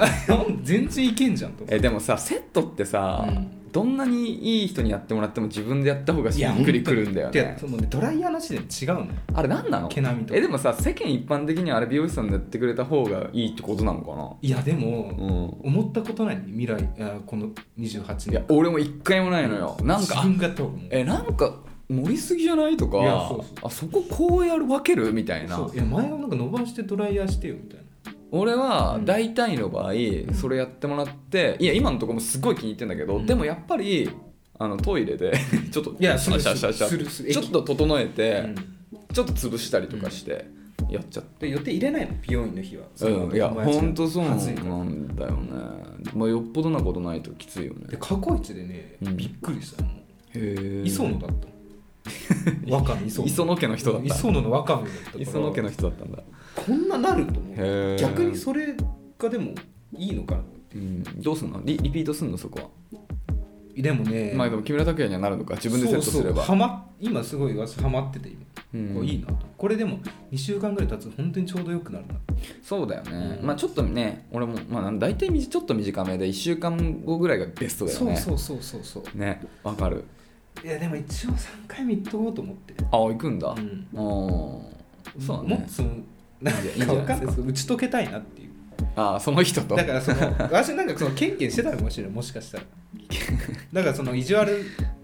[SPEAKER 1] 全然いけんじゃんと思って
[SPEAKER 2] えでもさセットってさ、
[SPEAKER 1] うん
[SPEAKER 2] どんなにいい人にやってもらっても自分でやった方がしっくりくるんだよ
[SPEAKER 1] いや
[SPEAKER 2] ね
[SPEAKER 1] そのねドライヤーなしで違うの
[SPEAKER 2] あれ何なの
[SPEAKER 1] 毛並みとか
[SPEAKER 2] えでもさ世間一般的にはあれ美容師さんでやってくれた方がいいってことなのか
[SPEAKER 1] いやでも、
[SPEAKER 2] なうん
[SPEAKER 1] 思ったことない未来あこの28
[SPEAKER 2] いや
[SPEAKER 1] 年
[SPEAKER 2] 俺も一回もないのよなんか
[SPEAKER 1] [laughs] 自分がやった方がもう
[SPEAKER 2] えなんか盛りすぎじゃないとか
[SPEAKER 1] いやそうそ
[SPEAKER 2] あそここうやる分けるみたいな
[SPEAKER 1] そういや前はなんか伸ばしてドライヤーしてよみたいな
[SPEAKER 2] 俺は
[SPEAKER 1] うん
[SPEAKER 2] 大体の場合それやってもらっていや今のとこもすごい気に入ってんだけど、
[SPEAKER 1] うん
[SPEAKER 2] でもやっぱりあのトイレで [laughs] ちょっと
[SPEAKER 1] いや
[SPEAKER 2] シャシャシャシ
[SPEAKER 1] するす
[SPEAKER 2] ャ
[SPEAKER 1] る
[SPEAKER 2] ちょっと整えて、
[SPEAKER 1] うん
[SPEAKER 2] ちょっと潰したりとかして、やっちゃって。
[SPEAKER 1] で予定入れないの美容院の日は
[SPEAKER 2] うん、いやほんとそうな
[SPEAKER 1] 暑いから
[SPEAKER 2] んだよね、まあ、よっぽどなことないときついよ
[SPEAKER 1] で
[SPEAKER 2] ね
[SPEAKER 1] 過去一でね、
[SPEAKER 2] うん
[SPEAKER 1] びっくりしたも
[SPEAKER 2] へえ
[SPEAKER 1] う磯野だ
[SPEAKER 2] [laughs]
[SPEAKER 1] ったのわかめ磯野
[SPEAKER 2] 磯野家の人だった
[SPEAKER 1] 磯野のわかめだったから
[SPEAKER 2] 磯野家の人だったんだ
[SPEAKER 1] こんななると思
[SPEAKER 2] へ
[SPEAKER 1] う
[SPEAKER 2] ー
[SPEAKER 1] 逆にそれがでもいいのかな
[SPEAKER 2] うん、どうすんのリリピートすんのそこは、
[SPEAKER 1] でもね
[SPEAKER 2] まあでも木村拓哉にはなるのか自分でセットすれ
[SPEAKER 1] そ
[SPEAKER 2] ば
[SPEAKER 1] うそうはま今すごい私ハマってて今、
[SPEAKER 2] うん
[SPEAKER 1] これいいなとこれでも2週間ぐらい経つと本当にちょうどよくなるな
[SPEAKER 2] そうだよね、
[SPEAKER 1] うん
[SPEAKER 2] まあちょっとね俺も、まあ、大体みちょっと短めで1週間後ぐらいがベストだよね
[SPEAKER 1] そうそうそうそうそ
[SPEAKER 2] ねわかる
[SPEAKER 1] ういやでも一応3回目行っとこうと思って
[SPEAKER 2] あ行くんだ、
[SPEAKER 1] うん
[SPEAKER 2] あーそうだ
[SPEAKER 1] も
[SPEAKER 2] ね
[SPEAKER 1] っとそのなんか
[SPEAKER 2] いいんじゃ
[SPEAKER 1] 分かんな
[SPEAKER 2] ない
[SPEAKER 1] いで
[SPEAKER 2] で
[SPEAKER 1] すすけど打ち解けたいなっていう
[SPEAKER 2] あーその人と
[SPEAKER 1] だからその私なんかそのケンケンしてたのかもしれないもしか
[SPEAKER 2] [laughs]
[SPEAKER 1] したらだからその意地悪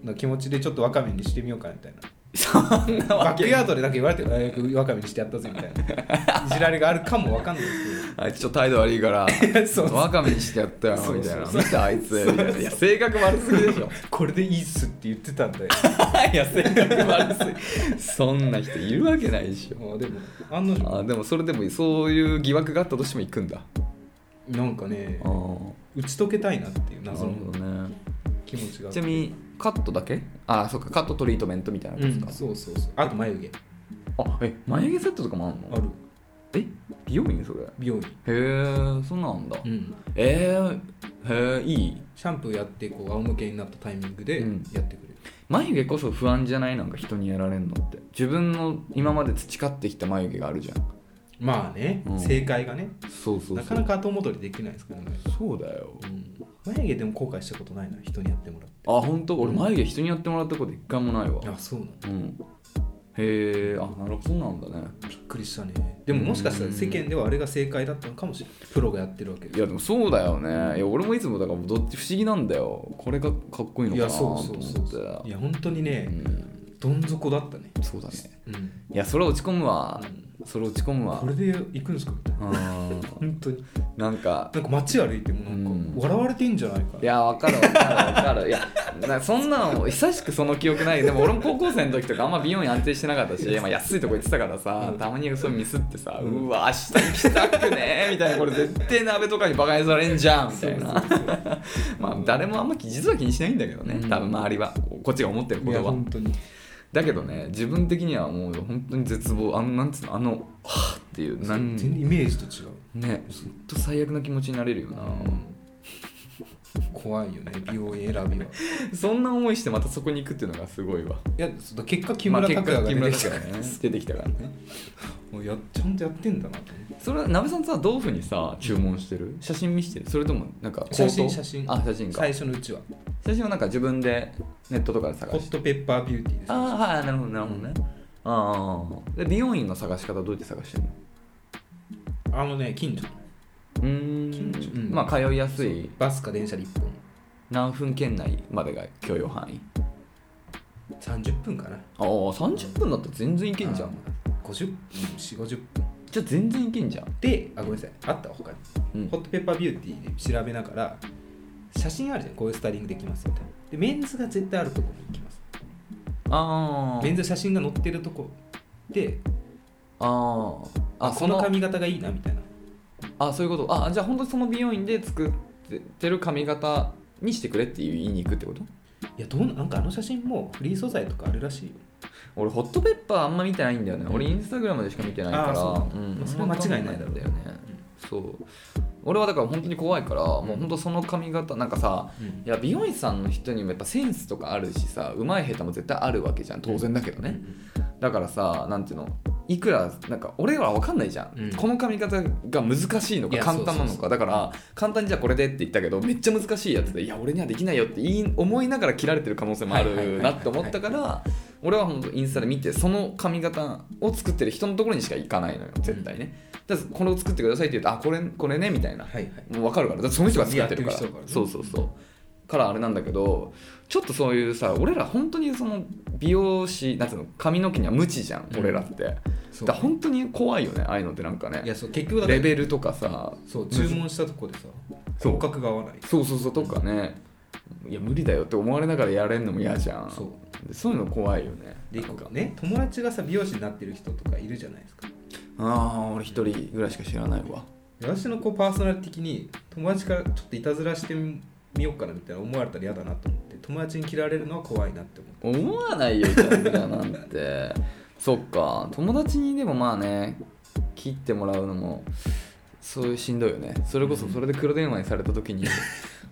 [SPEAKER 1] な気持ちでちょっとワカメにしてみようかみたいな
[SPEAKER 2] そんな
[SPEAKER 1] バ
[SPEAKER 2] わ
[SPEAKER 1] ック
[SPEAKER 2] け
[SPEAKER 1] ヤードでなんか言われてえーワカメにしてやったぜみたいないじられがあるかも分かんないです
[SPEAKER 2] あいつちょっと態度 [laughs] 悪いから
[SPEAKER 1] けどいや [laughs] そうそう
[SPEAKER 2] わかめにしてやったよ
[SPEAKER 1] そう
[SPEAKER 2] みたいな
[SPEAKER 1] そう
[SPEAKER 2] 見たあいつみたいないや性格悪すぎで
[SPEAKER 1] [laughs]
[SPEAKER 2] しょ
[SPEAKER 1] これでいいっすって言ってたんだよ
[SPEAKER 2] [laughs] いや性格悪すぎそんな人いるわけないでしょ
[SPEAKER 1] あでも案の定
[SPEAKER 2] あーでもそれでもそういう疑惑があったとしても行くんだ
[SPEAKER 1] なんかね
[SPEAKER 2] あー
[SPEAKER 1] 打ち解けたいなっていう
[SPEAKER 2] なる
[SPEAKER 1] 謎
[SPEAKER 2] ほ
[SPEAKER 1] の
[SPEAKER 2] どね
[SPEAKER 1] 気持ちが
[SPEAKER 2] ちなみにカットだけあそっかカットトリートメントみたいな
[SPEAKER 1] う
[SPEAKER 2] やつ
[SPEAKER 1] ん
[SPEAKER 2] か、
[SPEAKER 1] そうそうそうあと眉毛
[SPEAKER 2] あえ眉毛セットとかもあるの
[SPEAKER 1] ある
[SPEAKER 2] え美容院それへ
[SPEAKER 1] 美容院
[SPEAKER 2] えそうなんだ、
[SPEAKER 1] うん
[SPEAKER 2] えー、へえいい
[SPEAKER 1] シャンプーやってこう仰向けになったタイミングで
[SPEAKER 2] うん
[SPEAKER 1] やってくれる、
[SPEAKER 2] 眉毛こそ不安じゃないなんか人にやられんのって自分の今まで培ってきた眉毛があるじゃん
[SPEAKER 1] まあね、
[SPEAKER 2] うん
[SPEAKER 1] 正解がね
[SPEAKER 2] そうそうそう
[SPEAKER 1] なかなか後戻りできないですからね、
[SPEAKER 2] そうだよ
[SPEAKER 1] うん、眉毛でも後悔したことないな人にやってもらって
[SPEAKER 2] あ本当俺眉毛人にやってもらったこと一回もないわ
[SPEAKER 1] あそうなの
[SPEAKER 2] うんへえあなるほどそうなんだね
[SPEAKER 1] びっくりしたねでももしかしたら世間ではあれが正解だったのかもしれないプロがやってるわけ
[SPEAKER 2] い
[SPEAKER 1] で
[SPEAKER 2] やでもそうだよねいや俺もいつもだからどっち不思議なんだよこれがかっこいいの
[SPEAKER 1] い
[SPEAKER 2] かな
[SPEAKER 1] や
[SPEAKER 2] と
[SPEAKER 1] そう
[SPEAKER 2] 思
[SPEAKER 1] そう
[SPEAKER 2] っ
[SPEAKER 1] そう
[SPEAKER 2] て
[SPEAKER 1] そういや本当にね、
[SPEAKER 2] うん
[SPEAKER 1] どん底だったね、
[SPEAKER 2] そうだね
[SPEAKER 1] うん、
[SPEAKER 2] いやそれは落ち込むわそれ落ち込むわ
[SPEAKER 1] これで行くんですかみたいな
[SPEAKER 2] うん
[SPEAKER 1] 本当に
[SPEAKER 2] なんか
[SPEAKER 1] なんか街歩いてもなんか、
[SPEAKER 2] うん
[SPEAKER 1] 笑われてんじゃないか
[SPEAKER 2] いやわかるわかるわかるいやなそんなの久しくその記憶ないでも俺も高校生の時とかあんま美容院安定してなかったし、まあ、安いとこ行ってたからさ、
[SPEAKER 1] うん
[SPEAKER 2] たまにそういうミスってさ、う
[SPEAKER 1] うん
[SPEAKER 2] わ明日行きたくねーみたいなこれ絶対鍋とかにバカにされんじゃんみたいなまあ誰もあんま実は気にしないんだけどね、
[SPEAKER 1] うん
[SPEAKER 2] 多分周りはこっちが思ってるこ
[SPEAKER 1] いや
[SPEAKER 2] とは
[SPEAKER 1] 本当に
[SPEAKER 2] だけどね自分的にはもう本当に絶望あのなんつうのあのはぁっていうなん
[SPEAKER 1] 全
[SPEAKER 2] ね
[SPEAKER 1] 然イメージと違う
[SPEAKER 2] ずっと最悪な気持ちになれるよな、
[SPEAKER 1] 怖いよね美容院選びはい
[SPEAKER 2] そんな思いしてまたそこに行くっていうのがすごいわ
[SPEAKER 1] やその結果木村拓哉が出てきた
[SPEAKER 2] まあ結果木村拓哉がね出てきたからね
[SPEAKER 1] もうやちゃんとやってんだなと思って
[SPEAKER 2] それは鍋さんさどういうふうにさ注文してる写真見してるそれともなんか口
[SPEAKER 1] 写
[SPEAKER 2] 頭
[SPEAKER 1] 真写真
[SPEAKER 2] あ写真か
[SPEAKER 1] 最初のうちは
[SPEAKER 2] 写真はなんか自分でネットとかで探
[SPEAKER 1] ホ
[SPEAKER 2] し
[SPEAKER 1] ッ
[SPEAKER 2] て
[SPEAKER 1] トペッパービューティーです
[SPEAKER 2] ああはいなるほどなるほどね、ああで美容院の探し方どうやって探してるの
[SPEAKER 1] あのね近所
[SPEAKER 2] う
[SPEAKER 1] 近所
[SPEAKER 2] ーんまあ通いやすい
[SPEAKER 1] バスか電車で1本
[SPEAKER 2] 何分圏内までが許容範囲
[SPEAKER 1] 30分かな
[SPEAKER 2] ああ30分だったら全然いけんじゃん
[SPEAKER 1] 50 4 5 0分
[SPEAKER 2] じゃあ全然いけんじゃん
[SPEAKER 1] であごめんなさいあった他に、
[SPEAKER 2] うん
[SPEAKER 1] ホットペッパービューティーで調べながら写真あるじゃんこういうスタイリングできますみたいなでメンズが絶対あるとこに行きます
[SPEAKER 2] ああ
[SPEAKER 1] メンズの写真が載ってるとこで
[SPEAKER 2] あああ
[SPEAKER 1] こ
[SPEAKER 2] そ
[SPEAKER 1] の
[SPEAKER 2] の
[SPEAKER 1] 髪型がいいなみたいな
[SPEAKER 2] あそういうことあじゃあ本当にその美容院で作ってる髪型にしてくれっていう言いに行くってこと
[SPEAKER 1] いやどうななんかあの写真もフリー素材とかあるらしいよ
[SPEAKER 2] 俺ホットペッパーあんま見てないんだよね俺インスタグラムでしか見てないから
[SPEAKER 1] あーそう
[SPEAKER 2] うん
[SPEAKER 1] まあそれは間違いないだろう
[SPEAKER 2] だよねそう俺はだから本当に怖いからもう本当その髪型なんかさいや美容院さんの人にもやっぱセンスとかあるしさうまい下手も絶対あるわけじゃん当然だけどね、だからさなんていうのいくらなんか俺らは分かんないじゃん、
[SPEAKER 1] うん
[SPEAKER 2] この髪型が難しいの
[SPEAKER 1] い
[SPEAKER 2] か
[SPEAKER 1] や
[SPEAKER 2] 簡単な
[SPEAKER 1] そう
[SPEAKER 2] の
[SPEAKER 1] そうそ
[SPEAKER 2] かだから簡単にじゃあこれでって言ったけどめっちゃ難しいやつでいや俺にはできないよって言い思いながら切られてる可能性もあ
[SPEAKER 1] はいはいはい
[SPEAKER 2] る
[SPEAKER 1] はいは
[SPEAKER 2] ないって思ったから俺は本当インスタで見てその髪型を作ってる人のところにしか行かないのよ絶対ね、だからこれを作ってくださいって言うとあこれこれねみたいな
[SPEAKER 1] はいはい
[SPEAKER 2] もう分かるからだってその人が作ってるから
[SPEAKER 1] やってる人だからね
[SPEAKER 2] そうそうそうからあれなんだけどちょっとそういうさ俺ら本当にその美容師なんつうの髪の毛には無知じゃん、
[SPEAKER 1] うん
[SPEAKER 2] 俺らってだか
[SPEAKER 1] そう
[SPEAKER 2] ら本当に怖いよねああいうのってなんか
[SPEAKER 1] い
[SPEAKER 2] ね
[SPEAKER 1] やそう結局だから
[SPEAKER 2] レベルとかさ
[SPEAKER 1] そう注文したとこでさ
[SPEAKER 2] そう
[SPEAKER 1] 合格が合わない
[SPEAKER 2] そうそうそうとかねいや無理だよって思われながらやれんのも嫌じゃん
[SPEAKER 1] そう
[SPEAKER 2] でそういうの怖いよね
[SPEAKER 1] で
[SPEAKER 2] なんか
[SPEAKER 1] ね友達がさ美容師になってる人とかいるじゃないですか
[SPEAKER 2] ああ俺一人ぐらいしか知らないわ
[SPEAKER 1] 私のこうパーソナル的に友達からちょっといたずらしてみようかなみたいな思われたら嫌だなと思って友達に嫌われるのは怖いなって思う
[SPEAKER 2] 思わないよいたずらなんてそっか友達にでもまあね切ってもらうのもそういうしんどいよねそれこそそれで黒電話にされた時に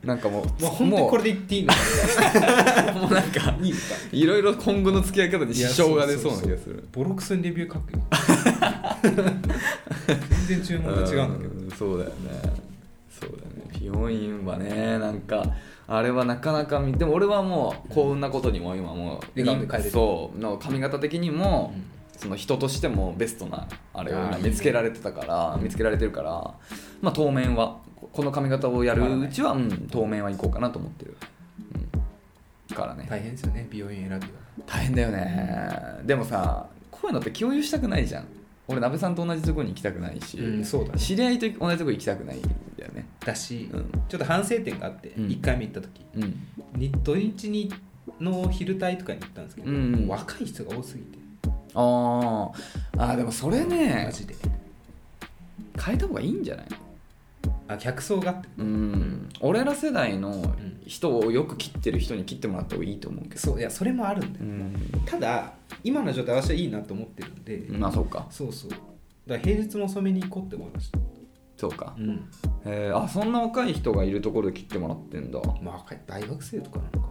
[SPEAKER 2] なん
[SPEAKER 1] [laughs]
[SPEAKER 2] かもう
[SPEAKER 1] もう本当にこれ
[SPEAKER 2] で
[SPEAKER 1] で言っていいのか
[SPEAKER 2] [laughs] もうなんか
[SPEAKER 1] いいのか
[SPEAKER 2] いろいろ今後の付き合い方に支障が出そうな気がする
[SPEAKER 1] ボロクソにレビュー書くよ全然注文と違うんだけど
[SPEAKER 2] どそうだよねそうだよね美容院はねなんかあれはなかなか見でも俺はもう幸運なことにも今もう
[SPEAKER 1] 笑顔で帰れる
[SPEAKER 2] そうの髪型的にも、
[SPEAKER 1] うん
[SPEAKER 2] その人としてもベストなあれを
[SPEAKER 1] あー
[SPEAKER 2] 見つけられてたから見つけられてるからまあ当面はここの髪型をやるうちは、うん、当面は行こうかなと思ってる、うん、からね、
[SPEAKER 1] 大変ですよね美容院選びは
[SPEAKER 2] 大変だよねでもさこういうのって共有したくないじゃん俺鍋さんと同じとこに行きたくないし、
[SPEAKER 1] うんそうだね
[SPEAKER 2] 知り合いと同じとこ行きたくないんだよね
[SPEAKER 1] だし、
[SPEAKER 2] うん
[SPEAKER 1] ちょっと反省点があって、
[SPEAKER 2] うん
[SPEAKER 1] 1回目行った時
[SPEAKER 2] うん
[SPEAKER 1] に土日にの昼帯とかに行ったんですけど、
[SPEAKER 2] うんうん
[SPEAKER 1] 若い人が多すぎて
[SPEAKER 2] あーあーでもそれね
[SPEAKER 1] マジで
[SPEAKER 2] 変えた方がいいんじゃない
[SPEAKER 1] あ客層があって
[SPEAKER 2] うん俺ら世代の
[SPEAKER 1] ん
[SPEAKER 2] 人をよく切ってる人に切ってもらった方がいいと思うけど
[SPEAKER 1] そういやそれもあるんだ
[SPEAKER 2] う
[SPEAKER 1] よ、
[SPEAKER 2] ん
[SPEAKER 1] ただ今の状態私はいいなと思ってるんで、
[SPEAKER 2] まあそうか
[SPEAKER 1] そうそうだから平日も染めに行こうって思いました
[SPEAKER 2] そうか
[SPEAKER 1] うん
[SPEAKER 2] えー、あそんな若い人がいるところで切ってもらってんだ
[SPEAKER 1] まあ若い大学生とかなのか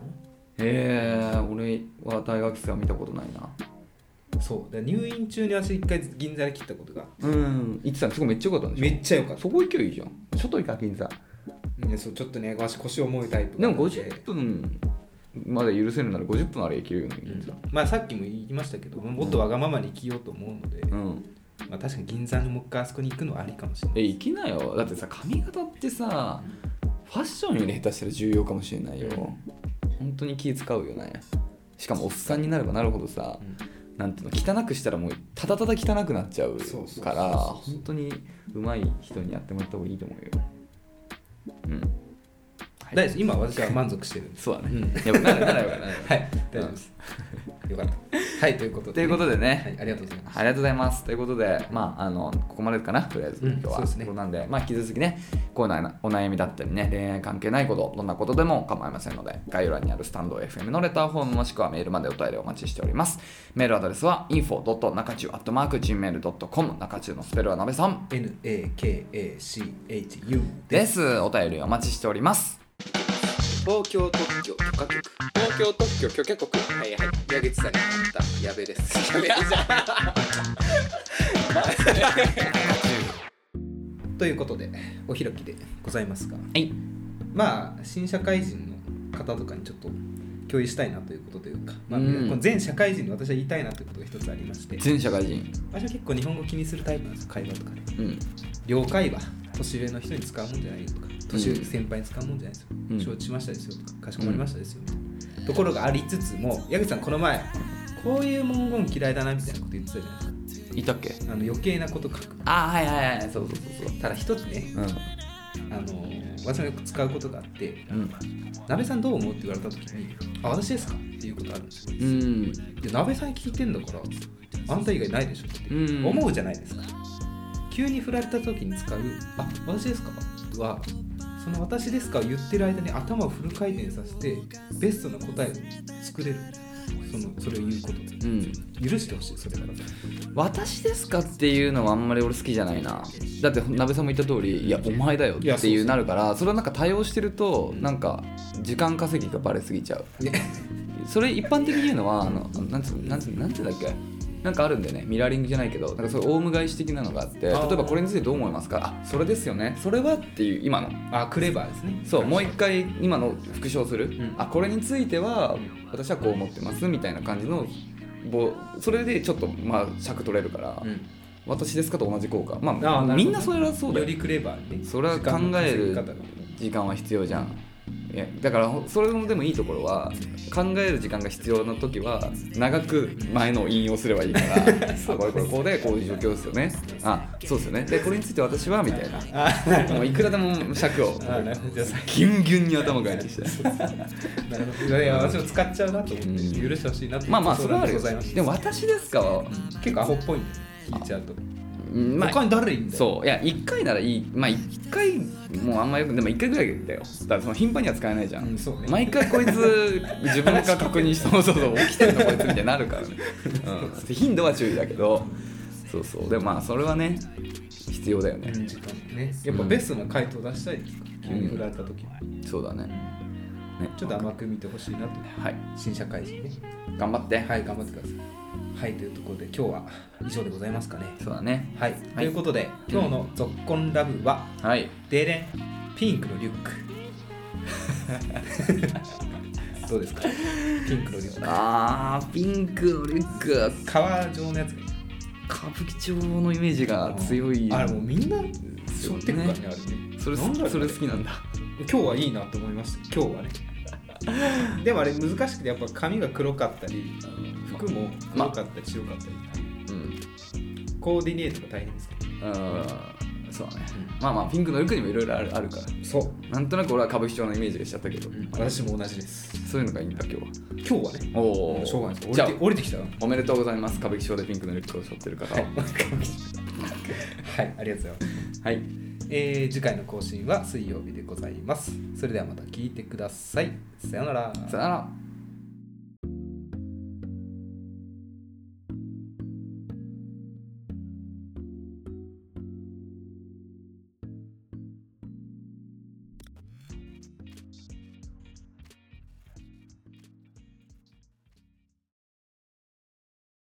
[SPEAKER 2] へえー、俺は大学生は見たことないな
[SPEAKER 1] なそうだから入院中に私一回銀座で切ったことが
[SPEAKER 2] うん行ってたのそこめっちゃ良かったんでしょ
[SPEAKER 1] めっちゃ良かった
[SPEAKER 2] そこ行けばいいじゃん外行か銀座
[SPEAKER 1] ね、そうちょっとね私腰重いタイプ
[SPEAKER 2] で
[SPEAKER 1] なん
[SPEAKER 2] も50分まで許せるなら50分あれ行けるよね銀座
[SPEAKER 1] まあさっきも言いましたけどもっとわがままに生きようと思うので、
[SPEAKER 2] うん、
[SPEAKER 1] まあ、確かに銀座にもう一回あそこに行くのはありかもしれない
[SPEAKER 2] え行きなよだってさ髪型ってさファッションより下手したら重要かもしれないよ本当に気使うよねしかもおっさんになればなるほどさ、
[SPEAKER 1] うん
[SPEAKER 2] なんていうの汚くしたらもうただただ汚くなっちゃう
[SPEAKER 1] そうそうそうそう
[SPEAKER 2] から本当に上手い人にやってもらった方がいいと思うようん
[SPEAKER 1] 大丈夫です今私は満足してるんです
[SPEAKER 2] そうだね、
[SPEAKER 1] うん
[SPEAKER 2] やっぱならならよか
[SPEAKER 1] [laughs]
[SPEAKER 2] な
[SPEAKER 1] はい大丈夫です、よかったはいということ
[SPEAKER 2] とい
[SPEAKER 1] でね、
[SPEAKER 2] うことでね、
[SPEAKER 1] はい、ありがとうございます
[SPEAKER 2] ありがとうございます。ということで、まあ、あのここまでかな、とりあえず、
[SPEAKER 1] うん
[SPEAKER 2] 今日は。
[SPEAKER 1] そうですね
[SPEAKER 2] ここなんで、まあ、引き続きね、こういうのお悩みだったりね、恋愛関係ないこと、どんなことでも構いませんので、概要欄にあるスタンド FM のレターフォームもしくはメールまでお便りお待ちしております。メールアドレスは info.nakachu.gmail.com、中中のスペルはなべさん
[SPEAKER 1] NAKACHU
[SPEAKER 2] です。お便りお待ちしております。
[SPEAKER 4] 東京特許許可局東京特許許可局はいはい矢口さんに会った矢部ですやべえじゃん
[SPEAKER 1] ということでお開きでございますが
[SPEAKER 2] い
[SPEAKER 1] まあ新社会人の方とかにちょっと共有したいなということというか、まあ
[SPEAKER 2] うん
[SPEAKER 1] この全社会人に私は言いたいなということが一つありまして
[SPEAKER 2] 全社会人
[SPEAKER 1] 私は結構日本語気にするタイプなんですよ会話とかで
[SPEAKER 2] うん
[SPEAKER 1] 了解は年上の人に使うもんじゃないよとか年
[SPEAKER 2] う
[SPEAKER 1] 上
[SPEAKER 2] ん
[SPEAKER 1] 先輩に使うもんじゃないですよ、
[SPEAKER 2] うん
[SPEAKER 1] 承知しましたですよとかかしこまりましたですよみたいなところがありつつも矢口さんこの前こういう文言嫌いだなみたいなこと言ってたじゃないですか
[SPEAKER 2] いたっけ
[SPEAKER 1] あの余計なこと書く
[SPEAKER 2] あはいはいはいそうそうそうそう
[SPEAKER 1] ただ一つね
[SPEAKER 2] う
[SPEAKER 1] あの私もよく使うことがあって
[SPEAKER 2] ん
[SPEAKER 1] 「鍋さんどう思う?」って言われた時に「あ私ですか?」っていうことあるんですよ
[SPEAKER 2] うん
[SPEAKER 1] 「で鍋さん聞いてんだからあんた以外ないでしょ」って
[SPEAKER 2] うん
[SPEAKER 1] 思うじゃないですか急に振られた時に使う「あ私ですか?」はその「私ですか?」を言ってる間に頭をフル回転させてベストな答えを作れるそのそれを言うことで
[SPEAKER 2] うん
[SPEAKER 1] 許してほしいそれから
[SPEAKER 2] 私ですかっていうのはあんまり俺好きじゃないなだって鍋さんも言った通りいやお前だよ
[SPEAKER 1] いや
[SPEAKER 2] っ
[SPEAKER 1] そ
[SPEAKER 2] て
[SPEAKER 1] う
[SPEAKER 2] い
[SPEAKER 1] そうう
[SPEAKER 2] なるからそれはなんか対応してるとなんか時間稼ぎがバレすぎちゃう
[SPEAKER 1] ね
[SPEAKER 2] それ一般的に言うのはあのなんつうなんつうなんつうんだっけなんかあるんだよねミラーリングじゃないけどなんかそういうオウム返し的なのがあって例え
[SPEAKER 1] あー
[SPEAKER 2] ばこれについてどう思いますかあそれですよねそれはっていう今の
[SPEAKER 1] あクレバーですね
[SPEAKER 2] そうもう一回今の復唱する、
[SPEAKER 1] ん
[SPEAKER 2] あこれについては私はこう思ってますみたいな感じのぼそれでちょっとまあ尺取れるから、
[SPEAKER 1] うん
[SPEAKER 2] 私ですかと同じ効果
[SPEAKER 1] ー
[SPEAKER 2] ま
[SPEAKER 1] なるほ
[SPEAKER 2] あ
[SPEAKER 1] どね
[SPEAKER 2] みんなそれはそうだ
[SPEAKER 1] よ
[SPEAKER 2] よ
[SPEAKER 1] りクレバーにね
[SPEAKER 2] それは考える
[SPEAKER 1] 時間の稼ぎ方が
[SPEAKER 2] 時間は必要じゃんいやだからほそれのでもいいところは考える時間が必要な時は長く前のを引用すればいいから
[SPEAKER 1] [laughs]
[SPEAKER 2] あこれこれこうでこういう状況ですよねあそうですよねでこれについて私はみたいな
[SPEAKER 1] あ
[SPEAKER 2] もういくらでも尺を
[SPEAKER 1] あなるほ [laughs] どじゃあさ
[SPEAKER 2] ギュンギュンに頭がいてきて
[SPEAKER 1] なるほどいや私も使っちゃうなと思って、
[SPEAKER 2] うん
[SPEAKER 1] 許してほしいなと思って
[SPEAKER 2] まあまあそれはあるよ
[SPEAKER 1] ございます
[SPEAKER 2] でも私ですかは、
[SPEAKER 1] 結構アホっぽいんだよ聞いちゃうと、
[SPEAKER 2] うんまあ
[SPEAKER 1] 他に誰いんだよ
[SPEAKER 2] そういや1回ならいいまあ1回もうあんまよくでも1回ぐらいだよだからその頻繁には使えないじゃん、
[SPEAKER 1] うんそうね
[SPEAKER 2] 毎回こいつ自分が確認 [laughs] してそうそうそう起きてるのこいつみたいになるからね、 [laughs] うん、頻度は注意だけどそうそうでもまあそれはね必要だよね、
[SPEAKER 1] うん時間ねやっぱベストな回答出したいですか、急に振られた時、
[SPEAKER 2] そうだねね
[SPEAKER 1] ちょっと甘く見てほしいなと
[SPEAKER 2] はい
[SPEAKER 1] 新社会人ね
[SPEAKER 2] 頑張って、
[SPEAKER 1] はい頑張ってくださいはいというところで今日は以上でございますかね
[SPEAKER 2] そうだね
[SPEAKER 1] はい、ということで今日の「ぞっこんラブ」は
[SPEAKER 2] はい
[SPEAKER 1] デレンピンクのリュ [laughs] ックどうですかピンクのリュック
[SPEAKER 2] あーピンクのリュック
[SPEAKER 1] 革状のやつが
[SPEAKER 2] 歌舞伎町のイメージが強い
[SPEAKER 1] あれもうみんな背負ってるからねあれね
[SPEAKER 2] それ
[SPEAKER 1] なんだろう
[SPEAKER 2] それ好きなんだ
[SPEAKER 1] 今日はいいなと思いました今日
[SPEAKER 2] [laughs]
[SPEAKER 1] はねでもあれ難しくてやっぱ髪が黒かったり服も黒かったり白かったり、
[SPEAKER 2] うん
[SPEAKER 1] コーディネートが大変ですけど
[SPEAKER 2] うんそうだね、まあまあピンクの服にもいろいろあるあるから
[SPEAKER 1] そう、
[SPEAKER 2] なんとなく俺は歌舞伎町のイメージがしちゃったけど、
[SPEAKER 1] 私も同じです
[SPEAKER 2] そういうのがいいんだ今日は
[SPEAKER 1] 今日はね
[SPEAKER 2] お
[SPEAKER 1] もうしょうがないです降
[SPEAKER 2] じゃ
[SPEAKER 1] りて降りてきたよ [laughs]
[SPEAKER 2] あおめでとうございます歌舞伎町でピンクのリュックを背負ってる方は
[SPEAKER 1] はいありがとうございます、
[SPEAKER 2] はい
[SPEAKER 1] えー次回の更新は水曜日でございますそれではまた聞いてくださいさようなら
[SPEAKER 2] さよなら